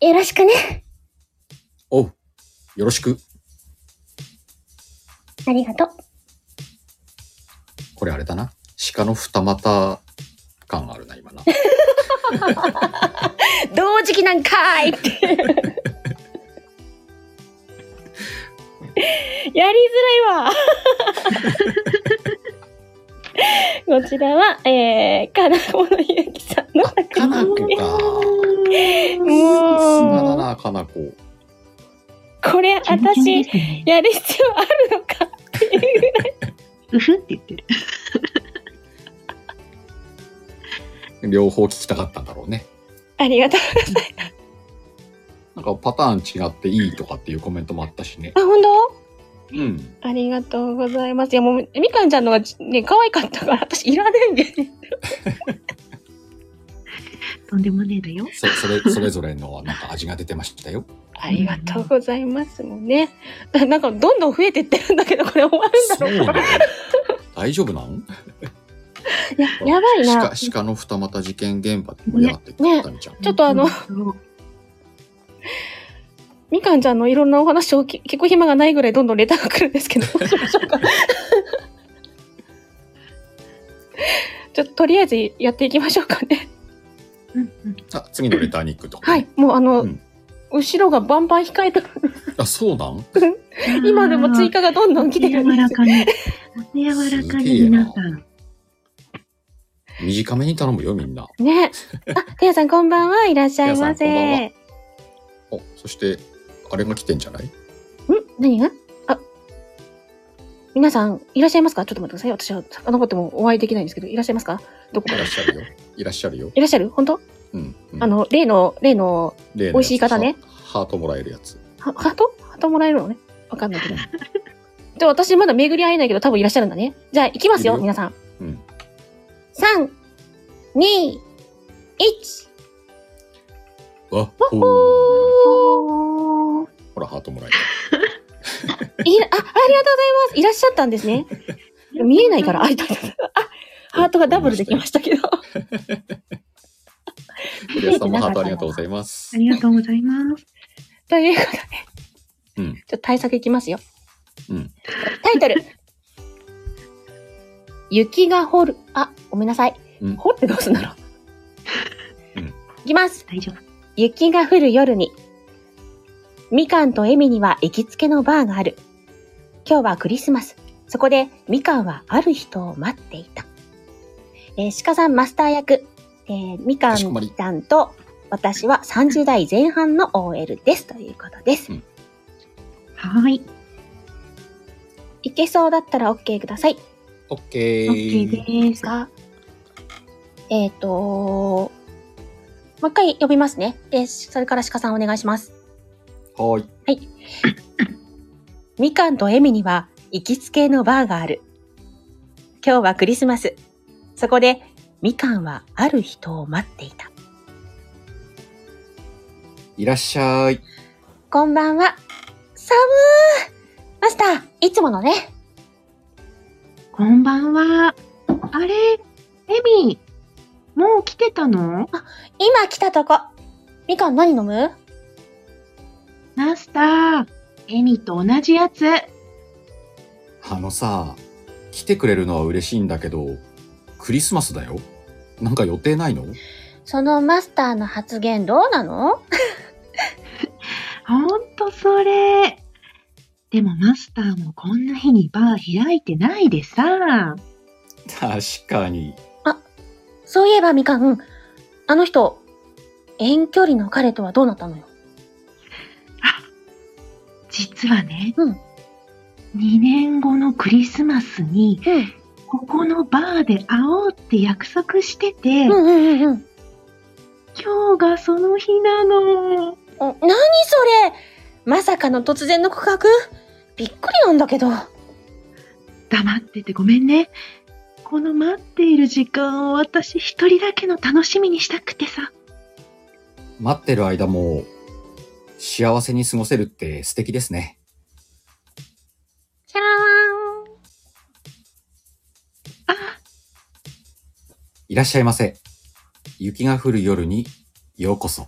[SPEAKER 1] よろしくね。
[SPEAKER 3] おう。よろしく。
[SPEAKER 1] ありがとう。
[SPEAKER 3] これあれだな。鹿の二股感あるな、今な。
[SPEAKER 1] 同時期なんかーいって。やりづらいわ。こちらは、えー、金子のゆうきさんの作
[SPEAKER 3] かなこ
[SPEAKER 1] 品で
[SPEAKER 4] も
[SPEAKER 1] もう
[SPEAKER 3] 砂だな、かなこ。
[SPEAKER 1] す。これ、私、
[SPEAKER 4] ね、
[SPEAKER 1] やる必要あるのかっていうぐらい。
[SPEAKER 4] うふって言ってる。
[SPEAKER 3] 両方聞きたかったんだろうね。
[SPEAKER 1] ありがとう。
[SPEAKER 3] なんかパターン違っていいとかっていうコメントもあったしね。
[SPEAKER 1] あ、本当
[SPEAKER 3] うん。
[SPEAKER 1] ありがとうございます。いや、もう、みかんちゃんのがね、可愛かったから、私いらないんで。
[SPEAKER 4] とんでもねえだよ。
[SPEAKER 3] そそれ、それぞれのなんか味が出てましたよ。
[SPEAKER 1] ありがとうございますもんね。なんか、どんどん増えてってるんだけど、これ終わるんだ
[SPEAKER 3] そうなの大丈夫なの
[SPEAKER 1] いや、やばいな。
[SPEAKER 3] 鹿鹿の二股事件現場で盛り上がってき
[SPEAKER 1] ね
[SPEAKER 3] たみちゃん。
[SPEAKER 1] ちょっとあの
[SPEAKER 4] そう
[SPEAKER 1] みかんちゃんのいろんなお話をき結構暇がないぐらいどんどんレターが来るんです けど、どうしましょうか。ちょっととりあえずやっていきましょうかね。
[SPEAKER 4] うんうん
[SPEAKER 3] あ、次のレターに行くとか。
[SPEAKER 1] はい。。もうあの、
[SPEAKER 3] うん
[SPEAKER 1] 後ろがバンバン控えてる。
[SPEAKER 3] あ、そうなん
[SPEAKER 1] 今でも追加がどんどん来てるん
[SPEAKER 4] お手柔
[SPEAKER 1] で
[SPEAKER 4] ら
[SPEAKER 1] す。
[SPEAKER 4] かに。お手柔らかに皆さん。
[SPEAKER 3] 短めに頼むよ、みんな。
[SPEAKER 1] ね。あ、てやさんこんばんはいらっしゃいませ。
[SPEAKER 3] てやさんこんばん
[SPEAKER 1] ん
[SPEAKER 3] はお、そして、あれが来てんじゃない
[SPEAKER 1] 何があ、皆さんいらっしゃいますかちょっと待ってください。私は遡ってもお会いできないんですけど、いらっしゃいますかどこ
[SPEAKER 3] い
[SPEAKER 1] から
[SPEAKER 3] らっしゃるよ。いらっしゃるよ。
[SPEAKER 1] いらっしゃる本当、
[SPEAKER 3] うん。うん
[SPEAKER 1] あ、の、例の、例の、
[SPEAKER 3] 例のやつ
[SPEAKER 1] 美味しい方ね。
[SPEAKER 3] ハハートもらえるやつ。
[SPEAKER 1] はハートハートもらえるのね。わかんないけど。じゃあ私まだ巡り会えないけど多分いらっしゃるんだね。じゃあ行きます
[SPEAKER 3] い
[SPEAKER 1] よ、
[SPEAKER 3] るよ
[SPEAKER 1] 皆さん。
[SPEAKER 3] うん。
[SPEAKER 1] 3、2、1。
[SPEAKER 3] わっほー。
[SPEAKER 4] おー
[SPEAKER 3] ほら、ハートもらえ
[SPEAKER 1] いらあ、ありがとうございます。いらっしゃったんですね。見えないから、あ、いたいたいたあ、ハートがダブルできましたけど。
[SPEAKER 3] る。皆さんもハートありがとうございます
[SPEAKER 4] あ。りがとうございます。
[SPEAKER 1] ということで。
[SPEAKER 3] うん
[SPEAKER 1] ちょっと対策いきますよ。
[SPEAKER 3] うん
[SPEAKER 1] タイトル。雪が掘る。あ、ごめんなさい。
[SPEAKER 3] うん
[SPEAKER 1] 掘ってどうすんだろう。
[SPEAKER 3] うん
[SPEAKER 1] いきます。
[SPEAKER 4] 大丈夫。
[SPEAKER 1] 雪が降る夜に。みかんとエミには行きつけのバーがある。今日はクリスマス。そこでみかんはある人を待っていた。えー鹿さんマスター役。えーみかん
[SPEAKER 3] かしこまり
[SPEAKER 1] ちゃんと私は30代前半の OL です。ということです。
[SPEAKER 4] はーい。
[SPEAKER 1] いけそうだったら OK ください。
[SPEAKER 3] オッケー。
[SPEAKER 4] OK です。
[SPEAKER 1] が、えっ、ともう一回呼びますね。で、それから鹿さんお願いします。
[SPEAKER 3] はーい。
[SPEAKER 1] みかんとエミには行きつけのバーがある。今日はクリスマス。そこでみかんはある人を待っていた。
[SPEAKER 3] いらっしゃい。
[SPEAKER 1] こんばんは。寒ーマスター、いつものね。
[SPEAKER 4] こんばんは。あれエミ、もう来てたの
[SPEAKER 1] 今来たとこ。みかん何飲む
[SPEAKER 4] マスター。エミと同じやつ。
[SPEAKER 3] あのさ、来てくれるのは嬉しいんだけど、クリスマスだよ。なんか予定ないの
[SPEAKER 1] そのマスターの発言どうなの
[SPEAKER 4] ほんとそれ。でもマスターもこんな日にバー開いてないでさ。
[SPEAKER 3] 確かに。
[SPEAKER 1] そういえばみかん、あの人、遠距離の彼とはどうなったのよ。
[SPEAKER 4] 実はね、
[SPEAKER 1] うん
[SPEAKER 4] 2年後のクリスマスに、
[SPEAKER 1] うん。
[SPEAKER 4] ここのバーで会おうって約束してて、
[SPEAKER 1] うんうんうん
[SPEAKER 4] 今日がその日なの。
[SPEAKER 1] うん。何それまさかの突然の告白びっくりなんだけど。
[SPEAKER 4] 黙っててごめんね。この待っている時間を私一人だけの楽しみにしたくてさ。
[SPEAKER 3] 待ってる間も幸せに過ごせるって素敵ですね。
[SPEAKER 1] キャラワン。
[SPEAKER 4] あ、
[SPEAKER 3] いらっしゃいませ。雪が降る夜にようこそ。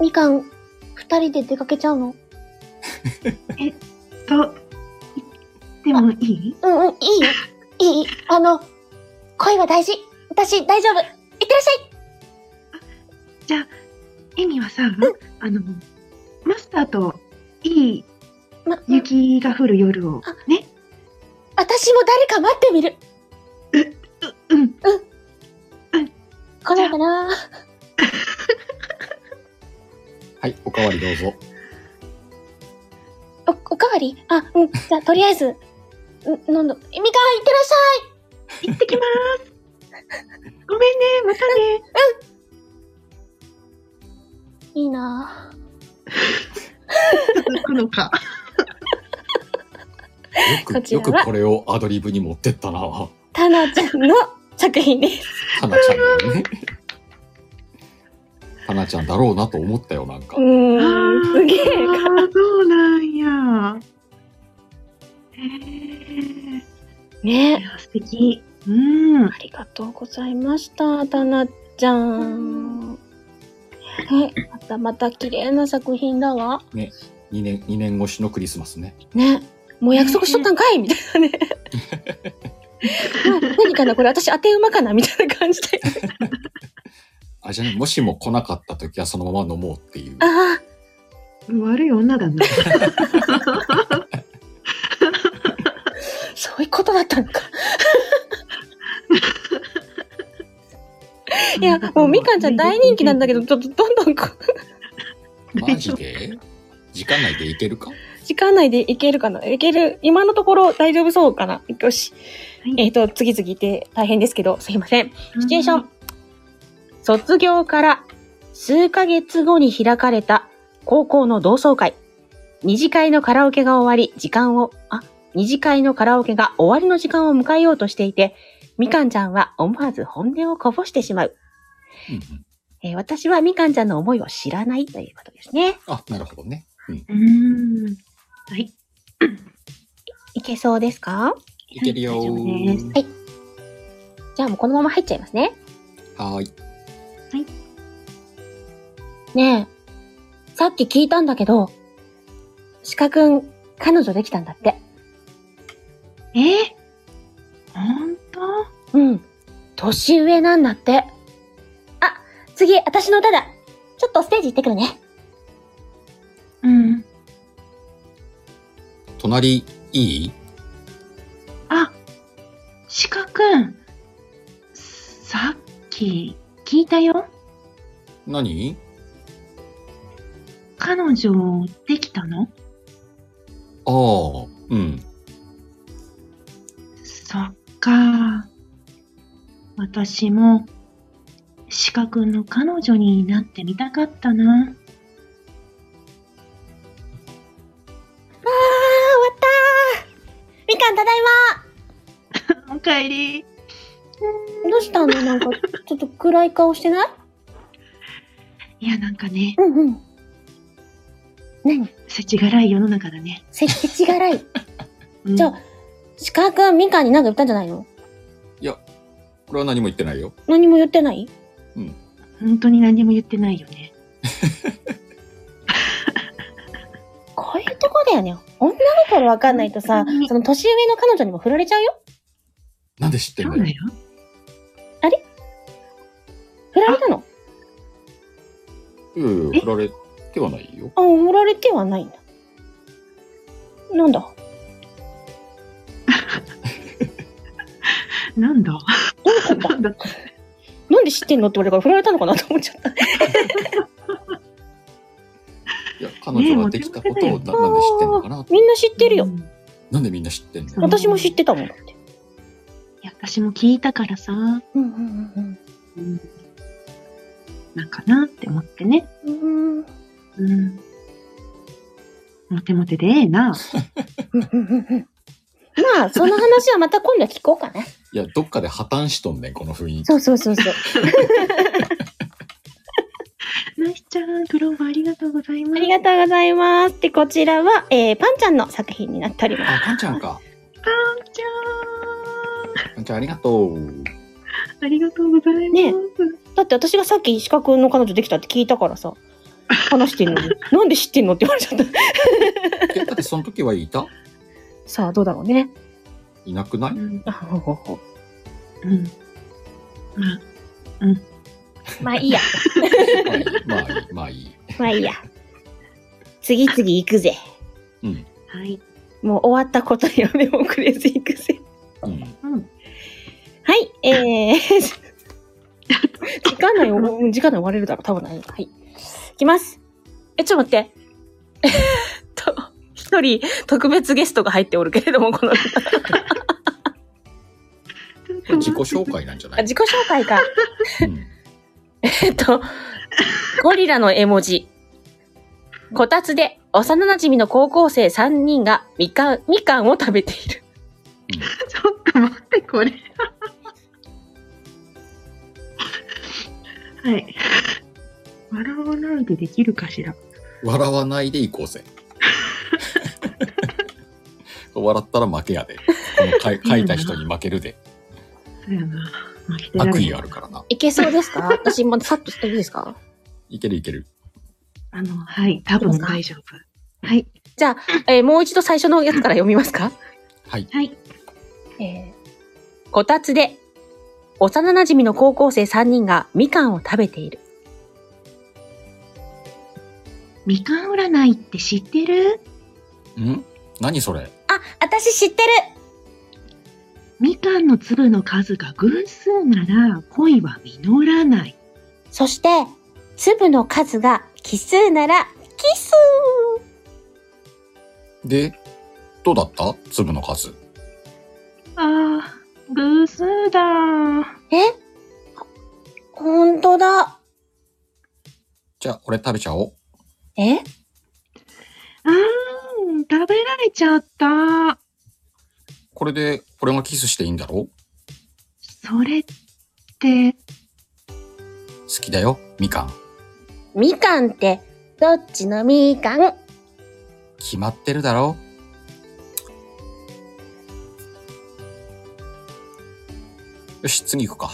[SPEAKER 1] みかん、二人で出かけちゃうの
[SPEAKER 4] と、いでもいい
[SPEAKER 1] うんうん、いいよ。いい。あの、恋は大事。私、大丈夫。いってらっしゃい。
[SPEAKER 4] じゃあ、エミはさ、あの、マスターといい
[SPEAKER 1] ま、
[SPEAKER 4] 雪が降る夜を
[SPEAKER 1] あ
[SPEAKER 4] ね。
[SPEAKER 1] 私も誰か待ってみる。
[SPEAKER 4] う、うん。
[SPEAKER 1] 来ないかな
[SPEAKER 3] はい、おかわりどうぞ。
[SPEAKER 1] お、おかわりあ、うん。じゃあ、とりあえず、ん飲んど。みかん、いってらっし
[SPEAKER 4] 行ってきます。ごめんね、またね。
[SPEAKER 1] ゃい。いいなぁ。
[SPEAKER 4] 続くのか。
[SPEAKER 3] よ
[SPEAKER 1] こ
[SPEAKER 3] く、
[SPEAKER 1] ちら
[SPEAKER 3] よ
[SPEAKER 1] は
[SPEAKER 3] くこれをアドリブに持ってったな。
[SPEAKER 1] タナちゃんの作品です。
[SPEAKER 3] タナちゃんだよね。タナちゃんだろうなと思ったよ、なんか
[SPEAKER 1] う。ーん。すげえ。
[SPEAKER 4] あーそうなんや。へえ。い
[SPEAKER 1] ね
[SPEAKER 4] や素敵。うん。
[SPEAKER 1] ありがとうございました、タナちゃん。はい。またまた綺麗な作品だわ。
[SPEAKER 3] 2年、2年越しのクリスマスね。
[SPEAKER 1] ね。もう約束しとったんかいみたいなね。 まあ何かなこれ私当て馬かなみたいな感じで。
[SPEAKER 3] あ、じゃあね、もしも来なかった時はそのまま飲もうっていう。
[SPEAKER 1] ああ、
[SPEAKER 4] 悪い女だな。
[SPEAKER 1] そういうことだったのか。いや、もうみかんちゃん大人気なんだけど、ちょっとどんどんこう
[SPEAKER 3] マジで時間内でいけるか
[SPEAKER 1] 時間内でいけるかな。いける。今のところ大丈夫そうかな。よし。えっ、と、次々いて大変ですけど、すいません。シチュエーション。卒業から数ヶ月後に開かれた高校の同窓会。二次会のカラオケが終わり、時間を、あ、二次会のカラオケが終わりの時間を迎えようとしていて、みかんちゃんは思わず本音をこぼしてしまう。
[SPEAKER 3] うんうん。
[SPEAKER 1] えー私はみかんちゃんの思いを知らないということですね。
[SPEAKER 3] あ、なるほどね。うん。
[SPEAKER 4] うん。はい。
[SPEAKER 1] いけそうですか
[SPEAKER 3] いけるよ
[SPEAKER 4] 大丈夫です
[SPEAKER 3] ー。
[SPEAKER 1] じゃあもうこのまま入っちゃいますね。
[SPEAKER 3] はーい。
[SPEAKER 1] ねえ、さっき聞いたんだけど、鹿くん、彼女できたんだって。
[SPEAKER 4] えー、ほんと
[SPEAKER 1] うん。年上なんだって。あ、次、私の歌だ。ちょっとステージ行ってくるね。
[SPEAKER 4] うん。
[SPEAKER 3] 隣、いい
[SPEAKER 4] あ、鹿くん。さっき聞いたよ。
[SPEAKER 3] 何
[SPEAKER 4] 彼女できたの
[SPEAKER 3] ああ、うん。
[SPEAKER 4] そっか。私も、鹿くんの彼女になってみたかったな。
[SPEAKER 1] あー、終わったーみかんただい
[SPEAKER 4] おかえり。
[SPEAKER 1] まどうしたのなんか、ちょっと暗い顔してない
[SPEAKER 4] いや、なんかね、
[SPEAKER 1] うんうん。何
[SPEAKER 4] 世知辛い世の中だね。
[SPEAKER 1] せ、せちがら い。
[SPEAKER 4] うん
[SPEAKER 1] じゃあ、鹿くん、みかんに何か言ったんじゃないの
[SPEAKER 3] これは何も言ってないよ。
[SPEAKER 1] 何も言ってない
[SPEAKER 4] 本当に何も言ってないよね。
[SPEAKER 1] こういうとこだよね。女心わかんないとさ、その年上の彼女にも振られちゃうよ。
[SPEAKER 3] なんで知ってん
[SPEAKER 4] そ
[SPEAKER 3] の
[SPEAKER 4] う
[SPEAKER 3] よ。
[SPEAKER 4] だよ。
[SPEAKER 1] 振られたの
[SPEAKER 3] いやいや、振られてはないよ。
[SPEAKER 1] あ、振られてはないんだ。なんだ
[SPEAKER 4] なんだ なんだ
[SPEAKER 1] なんで知ってんのって言われたから振られたのかなと思っちゃった。
[SPEAKER 3] いや、彼女ができたことをななんで知ってんのかな
[SPEAKER 1] みんな知ってる
[SPEAKER 4] う
[SPEAKER 1] よ。
[SPEAKER 4] んい
[SPEAKER 3] なんでみんな知ってんの
[SPEAKER 4] うん
[SPEAKER 1] 私も知ってたもんだって。
[SPEAKER 4] や、私も聞いたからさ。
[SPEAKER 1] うんうんうんうん。
[SPEAKER 4] うんなんかなって思ってね。
[SPEAKER 1] うん。うん
[SPEAKER 4] うん。モテモテでええな。
[SPEAKER 1] うんうんうんまあ、その話はまた今度聞こうかな。
[SPEAKER 2] いや、どっかで破綻しとんねん、この雰囲気。
[SPEAKER 1] そうそうそうそう。
[SPEAKER 4] ナイスちゃん、グローバーありがとうございます。
[SPEAKER 1] ありが
[SPEAKER 4] う。
[SPEAKER 1] とうございます。で、こちらは、えー、パンちゃんの作品になっております。
[SPEAKER 3] あ、パンちゃんか。
[SPEAKER 4] パンち
[SPEAKER 3] パンちゃんありがとう。
[SPEAKER 4] ゃん、ありがとうございます。
[SPEAKER 1] ねだって私がさっき資格の彼女できたって聞いたからさ、話してんのに。 なんで知ってんのって言われちゃった。
[SPEAKER 3] え、だってその時はいた
[SPEAKER 1] さあ、どうだろうね。
[SPEAKER 3] いなくな
[SPEAKER 4] う
[SPEAKER 3] い
[SPEAKER 4] ん。
[SPEAKER 1] あほほほ
[SPEAKER 4] うん。まあ、
[SPEAKER 1] まあいいや。
[SPEAKER 3] まあいい、まあいい。
[SPEAKER 1] まあいいや。次々行くぜ。
[SPEAKER 4] はい。
[SPEAKER 1] もう終わったことには目もくれず行くぜ。
[SPEAKER 3] うん。
[SPEAKER 4] うん。
[SPEAKER 1] はい、 えー、時間内を、うん時間内終われるだろう、多分ない。はい。いきます。え、ちょっと待って。えっと、一人特別ゲストが入っておるけれども、この、
[SPEAKER 3] これ自己紹介なんじゃ
[SPEAKER 1] あ
[SPEAKER 3] ない、
[SPEAKER 1] 自己紹介か。
[SPEAKER 3] うん、
[SPEAKER 1] えっと、ゴリラの絵文字。こたつで幼馴染の高校生3人がみかん、みかんを食べている。
[SPEAKER 4] ちょっと待って、これ。はい。笑わないでできるかしら。
[SPEAKER 3] 笑わないでいこうぜ。 笑ったら負けやで。このかい書いた人に負けるで。
[SPEAKER 4] そうやな。負けてられ
[SPEAKER 3] 悪
[SPEAKER 4] ん
[SPEAKER 3] 意あるからな。
[SPEAKER 1] いけそうですか私もさっとしていいですか
[SPEAKER 3] いけるいける。
[SPEAKER 4] あの、はい。多分大丈夫。はい。
[SPEAKER 1] じゃあ、えーもう一度最初のやつから読みますか
[SPEAKER 3] はい。
[SPEAKER 4] はい。
[SPEAKER 1] えーこたつで、幼馴染の高校生3人がみかんを食べている。
[SPEAKER 4] みかん占いって知ってる
[SPEAKER 3] ん何それ
[SPEAKER 1] あ、私知ってる
[SPEAKER 4] みかんの粒の数が偶数なら恋は実らない。
[SPEAKER 1] そして、粒の数が奇数なら、奇数
[SPEAKER 3] で、どうだった粒の数。
[SPEAKER 4] ああ、偶数だー。
[SPEAKER 1] えほんとだ。
[SPEAKER 3] じゃあ、俺食べちゃおう。
[SPEAKER 1] え
[SPEAKER 4] あーん、食べられちゃった。
[SPEAKER 3] これで、俺がキスしていいんだろ
[SPEAKER 4] それって、
[SPEAKER 3] う好きだよ、みかん。
[SPEAKER 1] みかんって、どっちのみかん
[SPEAKER 3] 決まってるだろよし、次行くか。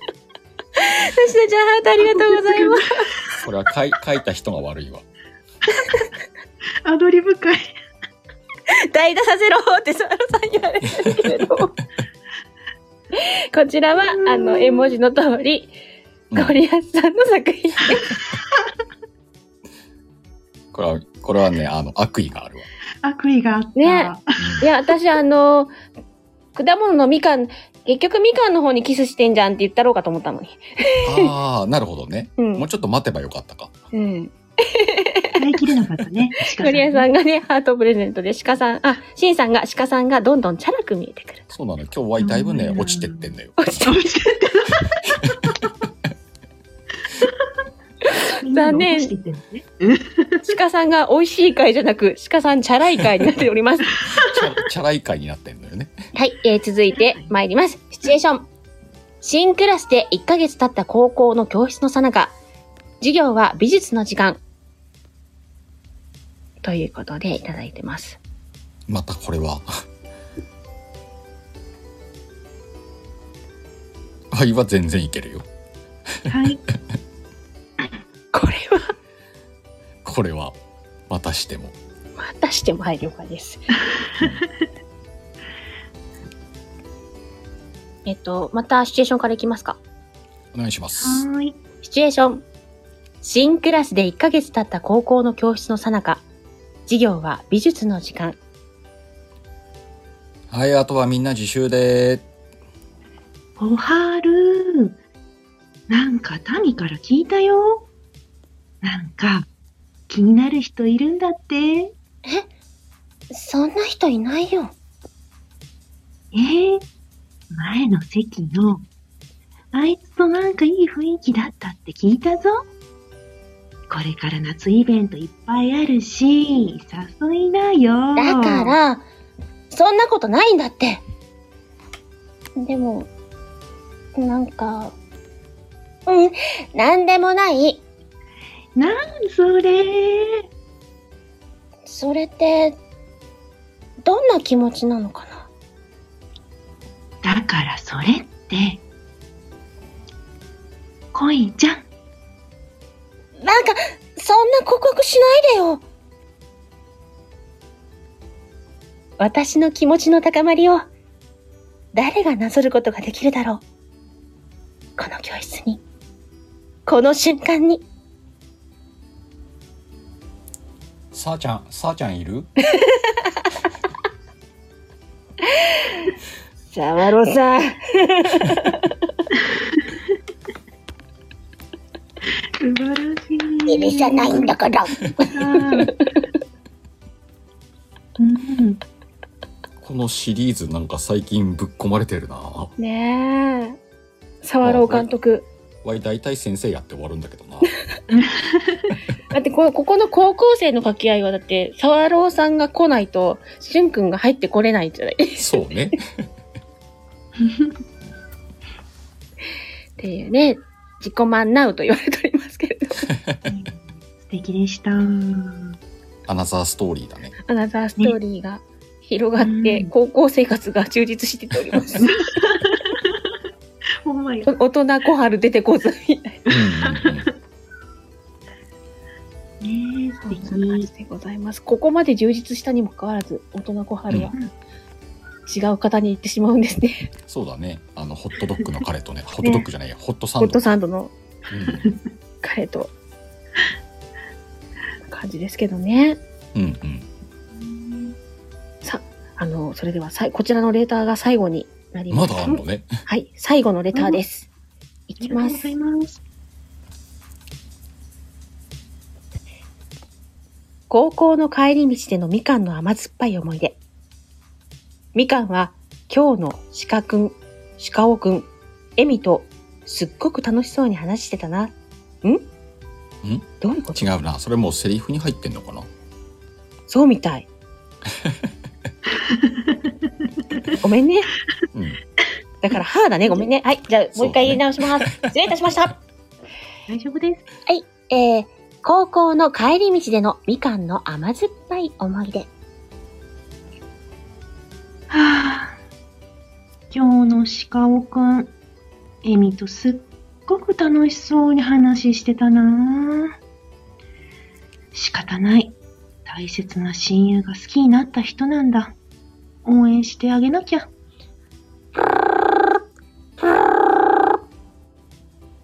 [SPEAKER 1] 私たちはハートありがとうござい ます。
[SPEAKER 3] これは書い 書いた人が悪いわ。
[SPEAKER 4] アドリブ会。
[SPEAKER 1] 代打させろってサラさん言われたけれど。こちらは、あの、絵文字の通り、
[SPEAKER 3] うん
[SPEAKER 1] ゴリアスさんの作品です。
[SPEAKER 3] これは、これはね、あの、悪意があるわ。
[SPEAKER 4] 悪意があった。
[SPEAKER 1] ねいや、私、あの、果物のみかん、結局みかんの方にキスしてんじゃんって言ったろうかと思ったのに。
[SPEAKER 3] ああ、なるほどね。
[SPEAKER 1] う。
[SPEAKER 3] もうんちょっと待てばよかったか。
[SPEAKER 1] うん。
[SPEAKER 4] 耐えきれなかった ね。
[SPEAKER 1] ゴリア
[SPEAKER 4] ん
[SPEAKER 1] さんがね、ハートプレゼントで鹿さん、あ、シンさんが鹿さんがどんどんチャラく見えて くる。
[SPEAKER 3] そうなのよ、今日はだいぶね、落ちてってんだよ。
[SPEAKER 1] 残念
[SPEAKER 4] みんな残していってんのね
[SPEAKER 1] 鹿さんが美味しい回じゃなく、鹿さんチャラい回になっております。
[SPEAKER 3] チャチャラい会になってんのよね。
[SPEAKER 1] はい、えー続いて参ります。シチュエーション。新クラスで1ヶ月経った高校の教室のさなか、授業は美術の時間。ということでいただいてます。
[SPEAKER 3] またこれは。 愛は全然いけるよ。
[SPEAKER 4] はい。
[SPEAKER 1] これは
[SPEAKER 3] これは、またしても。
[SPEAKER 1] またしてもはい、了解です。 えっと、またシチュエーションからいきますか。
[SPEAKER 3] お願いします。
[SPEAKER 4] はーい。
[SPEAKER 1] シチュエーション。新クラスで1ヶ月経った高校の教室のさなか、授業は美術の時間。
[SPEAKER 3] はい、あとはみんな自習で。
[SPEAKER 4] おはるなんかタミから聞いたよ。なんか、気になる人いるんだって。
[SPEAKER 1] そんな人いないよ。
[SPEAKER 4] ええ前の席の、あいつとなんかいい雰囲気だったって聞いたぞ。これから夏イベントいっぱいあるし、誘いなよ。
[SPEAKER 1] だか。ら、そんなことないんだって。でも、なんか、うん、なんでもない。
[SPEAKER 4] それ。
[SPEAKER 1] それって、どんな気持ちなのかな
[SPEAKER 4] だからそれって、恋じゃん。
[SPEAKER 1] なんか、そんな告白しないでよ。私の気持ちの高まりを、誰がなぞることができるだろう。この教室に、この瞬間に、
[SPEAKER 3] さあちゃん、さあちゃんいる
[SPEAKER 1] サワロさん。
[SPEAKER 4] 素晴らし
[SPEAKER 1] 許
[SPEAKER 4] い。
[SPEAKER 1] さないんだから。
[SPEAKER 4] うん。
[SPEAKER 3] このシリーズなんか最近ぶっ込まれてるな。
[SPEAKER 1] ねえ。サワロ監督。
[SPEAKER 3] わい大体先生やって終わるんだけ どな。
[SPEAKER 1] だってこ、ここの高校生の掛け合いは、だって、サワロさんが来ないと、しゅんくんが入ってこれないじゃない
[SPEAKER 3] そうね。
[SPEAKER 1] っていうね、自己満なうと言われておりますけれど、
[SPEAKER 4] 素敵で した。
[SPEAKER 3] アナザーストーリーだね。
[SPEAKER 1] アナザーストーリーが広がって、
[SPEAKER 4] うん
[SPEAKER 1] 高校生活が充実していっております。
[SPEAKER 4] ほんまや。
[SPEAKER 1] 大人小春出てこずみたい
[SPEAKER 3] うんうんうん
[SPEAKER 4] ねえ、素
[SPEAKER 1] なそんな感
[SPEAKER 4] 敵
[SPEAKER 1] じ。でございます。ここまで充実したにもかかわらず、大人小春は
[SPEAKER 4] うん
[SPEAKER 1] 違う方に行ってしまうんですね。
[SPEAKER 3] そうだね。あの、ホットドッグの彼とね、ホットドッグじゃないや、ホットサン
[SPEAKER 1] ホ
[SPEAKER 3] ド。
[SPEAKER 1] ットサンドの
[SPEAKER 3] うん
[SPEAKER 1] 彼と。感じですけどね。
[SPEAKER 3] うんうん。
[SPEAKER 1] あの、それではさい、こちらのレターが最後になりま。
[SPEAKER 3] ますだあんのね。
[SPEAKER 1] はい、最後のレターです。い
[SPEAKER 4] あり
[SPEAKER 1] き
[SPEAKER 4] がと
[SPEAKER 1] ま
[SPEAKER 4] うご
[SPEAKER 1] す
[SPEAKER 4] ざい。ます。
[SPEAKER 1] 高校の帰り道でのみかんの甘酸っぱい思い出。みかんは今日の鹿くん、鹿尾くん、エミとすっごく楽しそうに話してたな。んんどういうこと
[SPEAKER 3] 違うな。それもうセリフに入ってんのかな。
[SPEAKER 1] そうみ たい。ごめんね。
[SPEAKER 3] うん。
[SPEAKER 1] だから、はーだね。ごめんね。はい。じゃあ、もう一回言い直します。失礼いたしました。
[SPEAKER 4] 大丈夫です。
[SPEAKER 1] えー高校の帰り道でのみかんの甘酸っぱい思い出。
[SPEAKER 4] はあ。今日の鹿尾くん、エミとすっごく楽しそうに話してたなあ仕方ない。大切な親友が好きになった人なんだ。応援してあげなきゃ。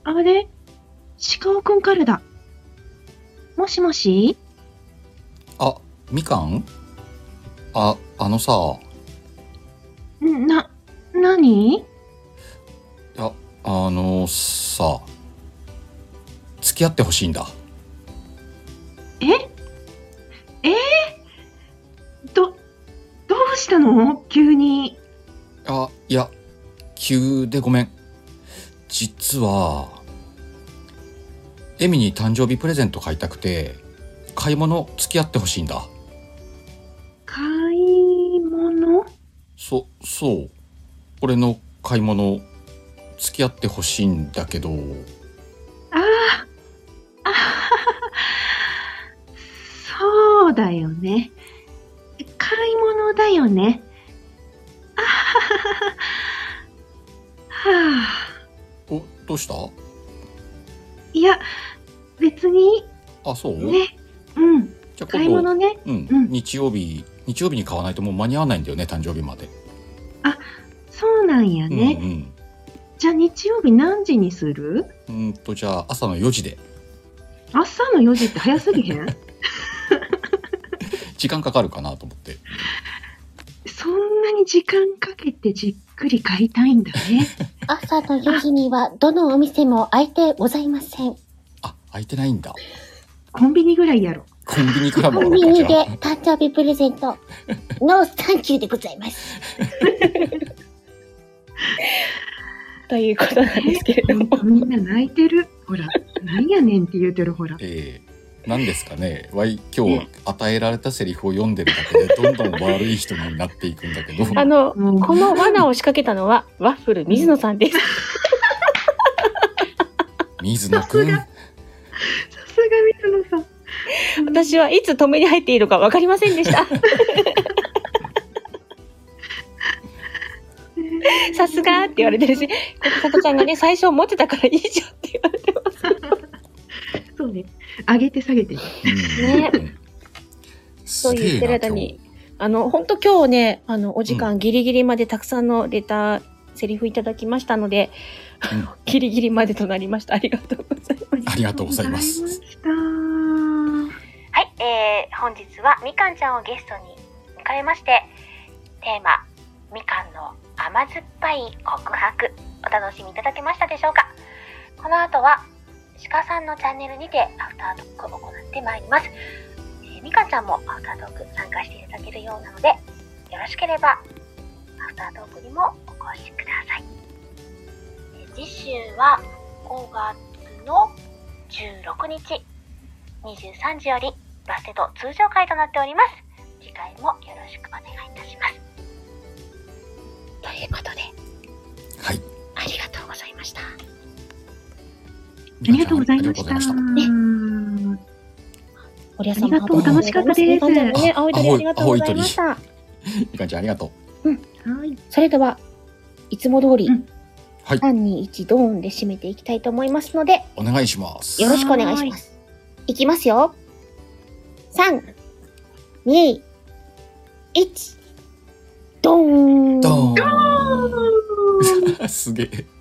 [SPEAKER 4] あれ鹿尾くんからだ。もしもし
[SPEAKER 3] あ、みかんあ、あのさ、
[SPEAKER 4] んな、何
[SPEAKER 3] いや、あのさ、付き合ってほしいんだ。
[SPEAKER 4] ええーど、どうしたの急に。
[SPEAKER 3] あ、いや、急でごめん。実は、エミに誕生日プレゼント買いたくて、買い物付き合ってほしいんだ。
[SPEAKER 4] 買い物
[SPEAKER 3] そ、そう。俺の買い物、付き合ってほしいんだけど、
[SPEAKER 4] あー あははそうだよね。買い物だよね。あはははははあ。
[SPEAKER 3] お、どうした
[SPEAKER 4] いや、別に、
[SPEAKER 3] あ、そう、
[SPEAKER 4] ね。うん。
[SPEAKER 3] じゃあ
[SPEAKER 4] 買い
[SPEAKER 3] 今度
[SPEAKER 4] 物、ね。
[SPEAKER 3] うん、
[SPEAKER 4] うん
[SPEAKER 3] 日曜日、日曜日に買わないともう間に合わないんだよね、誕生日まで。
[SPEAKER 4] そうなんやね。
[SPEAKER 3] うん
[SPEAKER 4] じゃあ日曜日何時にする
[SPEAKER 3] うん。うーんと、じゃあ朝の4時で。
[SPEAKER 4] 朝の4時って早すぎへん
[SPEAKER 3] 時間かかるかなと思って。
[SPEAKER 4] そんなに時間かけてじっくり買いたいんだね。
[SPEAKER 1] 朝の4時にはどのお店も開いてございません。
[SPEAKER 3] あ、空いてないんだ。
[SPEAKER 4] コンビニぐらいやろ。
[SPEAKER 3] コンビニからも
[SPEAKER 5] コ
[SPEAKER 3] ある
[SPEAKER 5] ンビ
[SPEAKER 3] のかじ
[SPEAKER 5] ニ
[SPEAKER 3] ゃ
[SPEAKER 5] で
[SPEAKER 3] あ
[SPEAKER 5] 誕生日プレゼン ト。ノースサンキューでございます。
[SPEAKER 1] ということなんですけれども。
[SPEAKER 4] みんな泣いてる。ほら、なんやねんって言うてるほら。
[SPEAKER 3] ええ何ですかねわい今日与えられたセリフを読んでるだけでどんどん悪い人になっていくんだけど
[SPEAKER 1] あの、
[SPEAKER 4] もう
[SPEAKER 1] この罠を仕掛けたのは、ワッフル水野さんです。
[SPEAKER 3] 水野くん
[SPEAKER 4] さすが水野さん。
[SPEAKER 1] 私はいつ止めに入っているかわかりませんでした。さすがって言われてるし、さとちゃんがね、最初持ってたからいいじゃんって言われてます。
[SPEAKER 4] そうね。上げて下げて。
[SPEAKER 1] ね
[SPEAKER 3] うん
[SPEAKER 1] そう
[SPEAKER 3] すげ
[SPEAKER 1] 言
[SPEAKER 3] え
[SPEAKER 1] ってる
[SPEAKER 3] な
[SPEAKER 1] 間
[SPEAKER 3] 今
[SPEAKER 1] に
[SPEAKER 3] 日、
[SPEAKER 1] あの、本当今日ね、あの、お時間ギリギリまでたくさんのレター、セリフいただきましたので、
[SPEAKER 3] うん
[SPEAKER 1] ギリギリまでとなりました。ありがとうございます。
[SPEAKER 3] ありがとうございます
[SPEAKER 4] ありがとうございました。
[SPEAKER 6] はい、えー、本日はみかんちゃんをゲストに迎えましてテーマ「みかんの甘酸っぱい告白」お楽しみいただけましたでしょうかこの後は鹿さんのチャンネルにてアフタートークを行ってまいります、えーみかんちゃんもアフタートーク参加していただけるようなのでよろしければアフタートークにもお越しくださいえー次週は5月の16日23時よりバステと通常会となっております。次回もよろしくお願いいたします。ということで、
[SPEAKER 3] はい
[SPEAKER 6] ありがとうございました。
[SPEAKER 4] ありがとうございまし。
[SPEAKER 3] ありがとうございました
[SPEAKER 1] おりゃさんも
[SPEAKER 4] ありがとう楽しかったです
[SPEAKER 1] どんどんね、青い鳥ありがとうございました。
[SPEAKER 3] みかんちゃんありがとう
[SPEAKER 4] はい。
[SPEAKER 1] それでは、いつも通り、
[SPEAKER 4] うん
[SPEAKER 3] はい
[SPEAKER 1] 3、2、1、ドーンで締めていきたいと思いますので、
[SPEAKER 3] お願いします
[SPEAKER 1] よろしくお願いします。いきますよ。3、2、1、ドーン
[SPEAKER 3] ドーン すげえ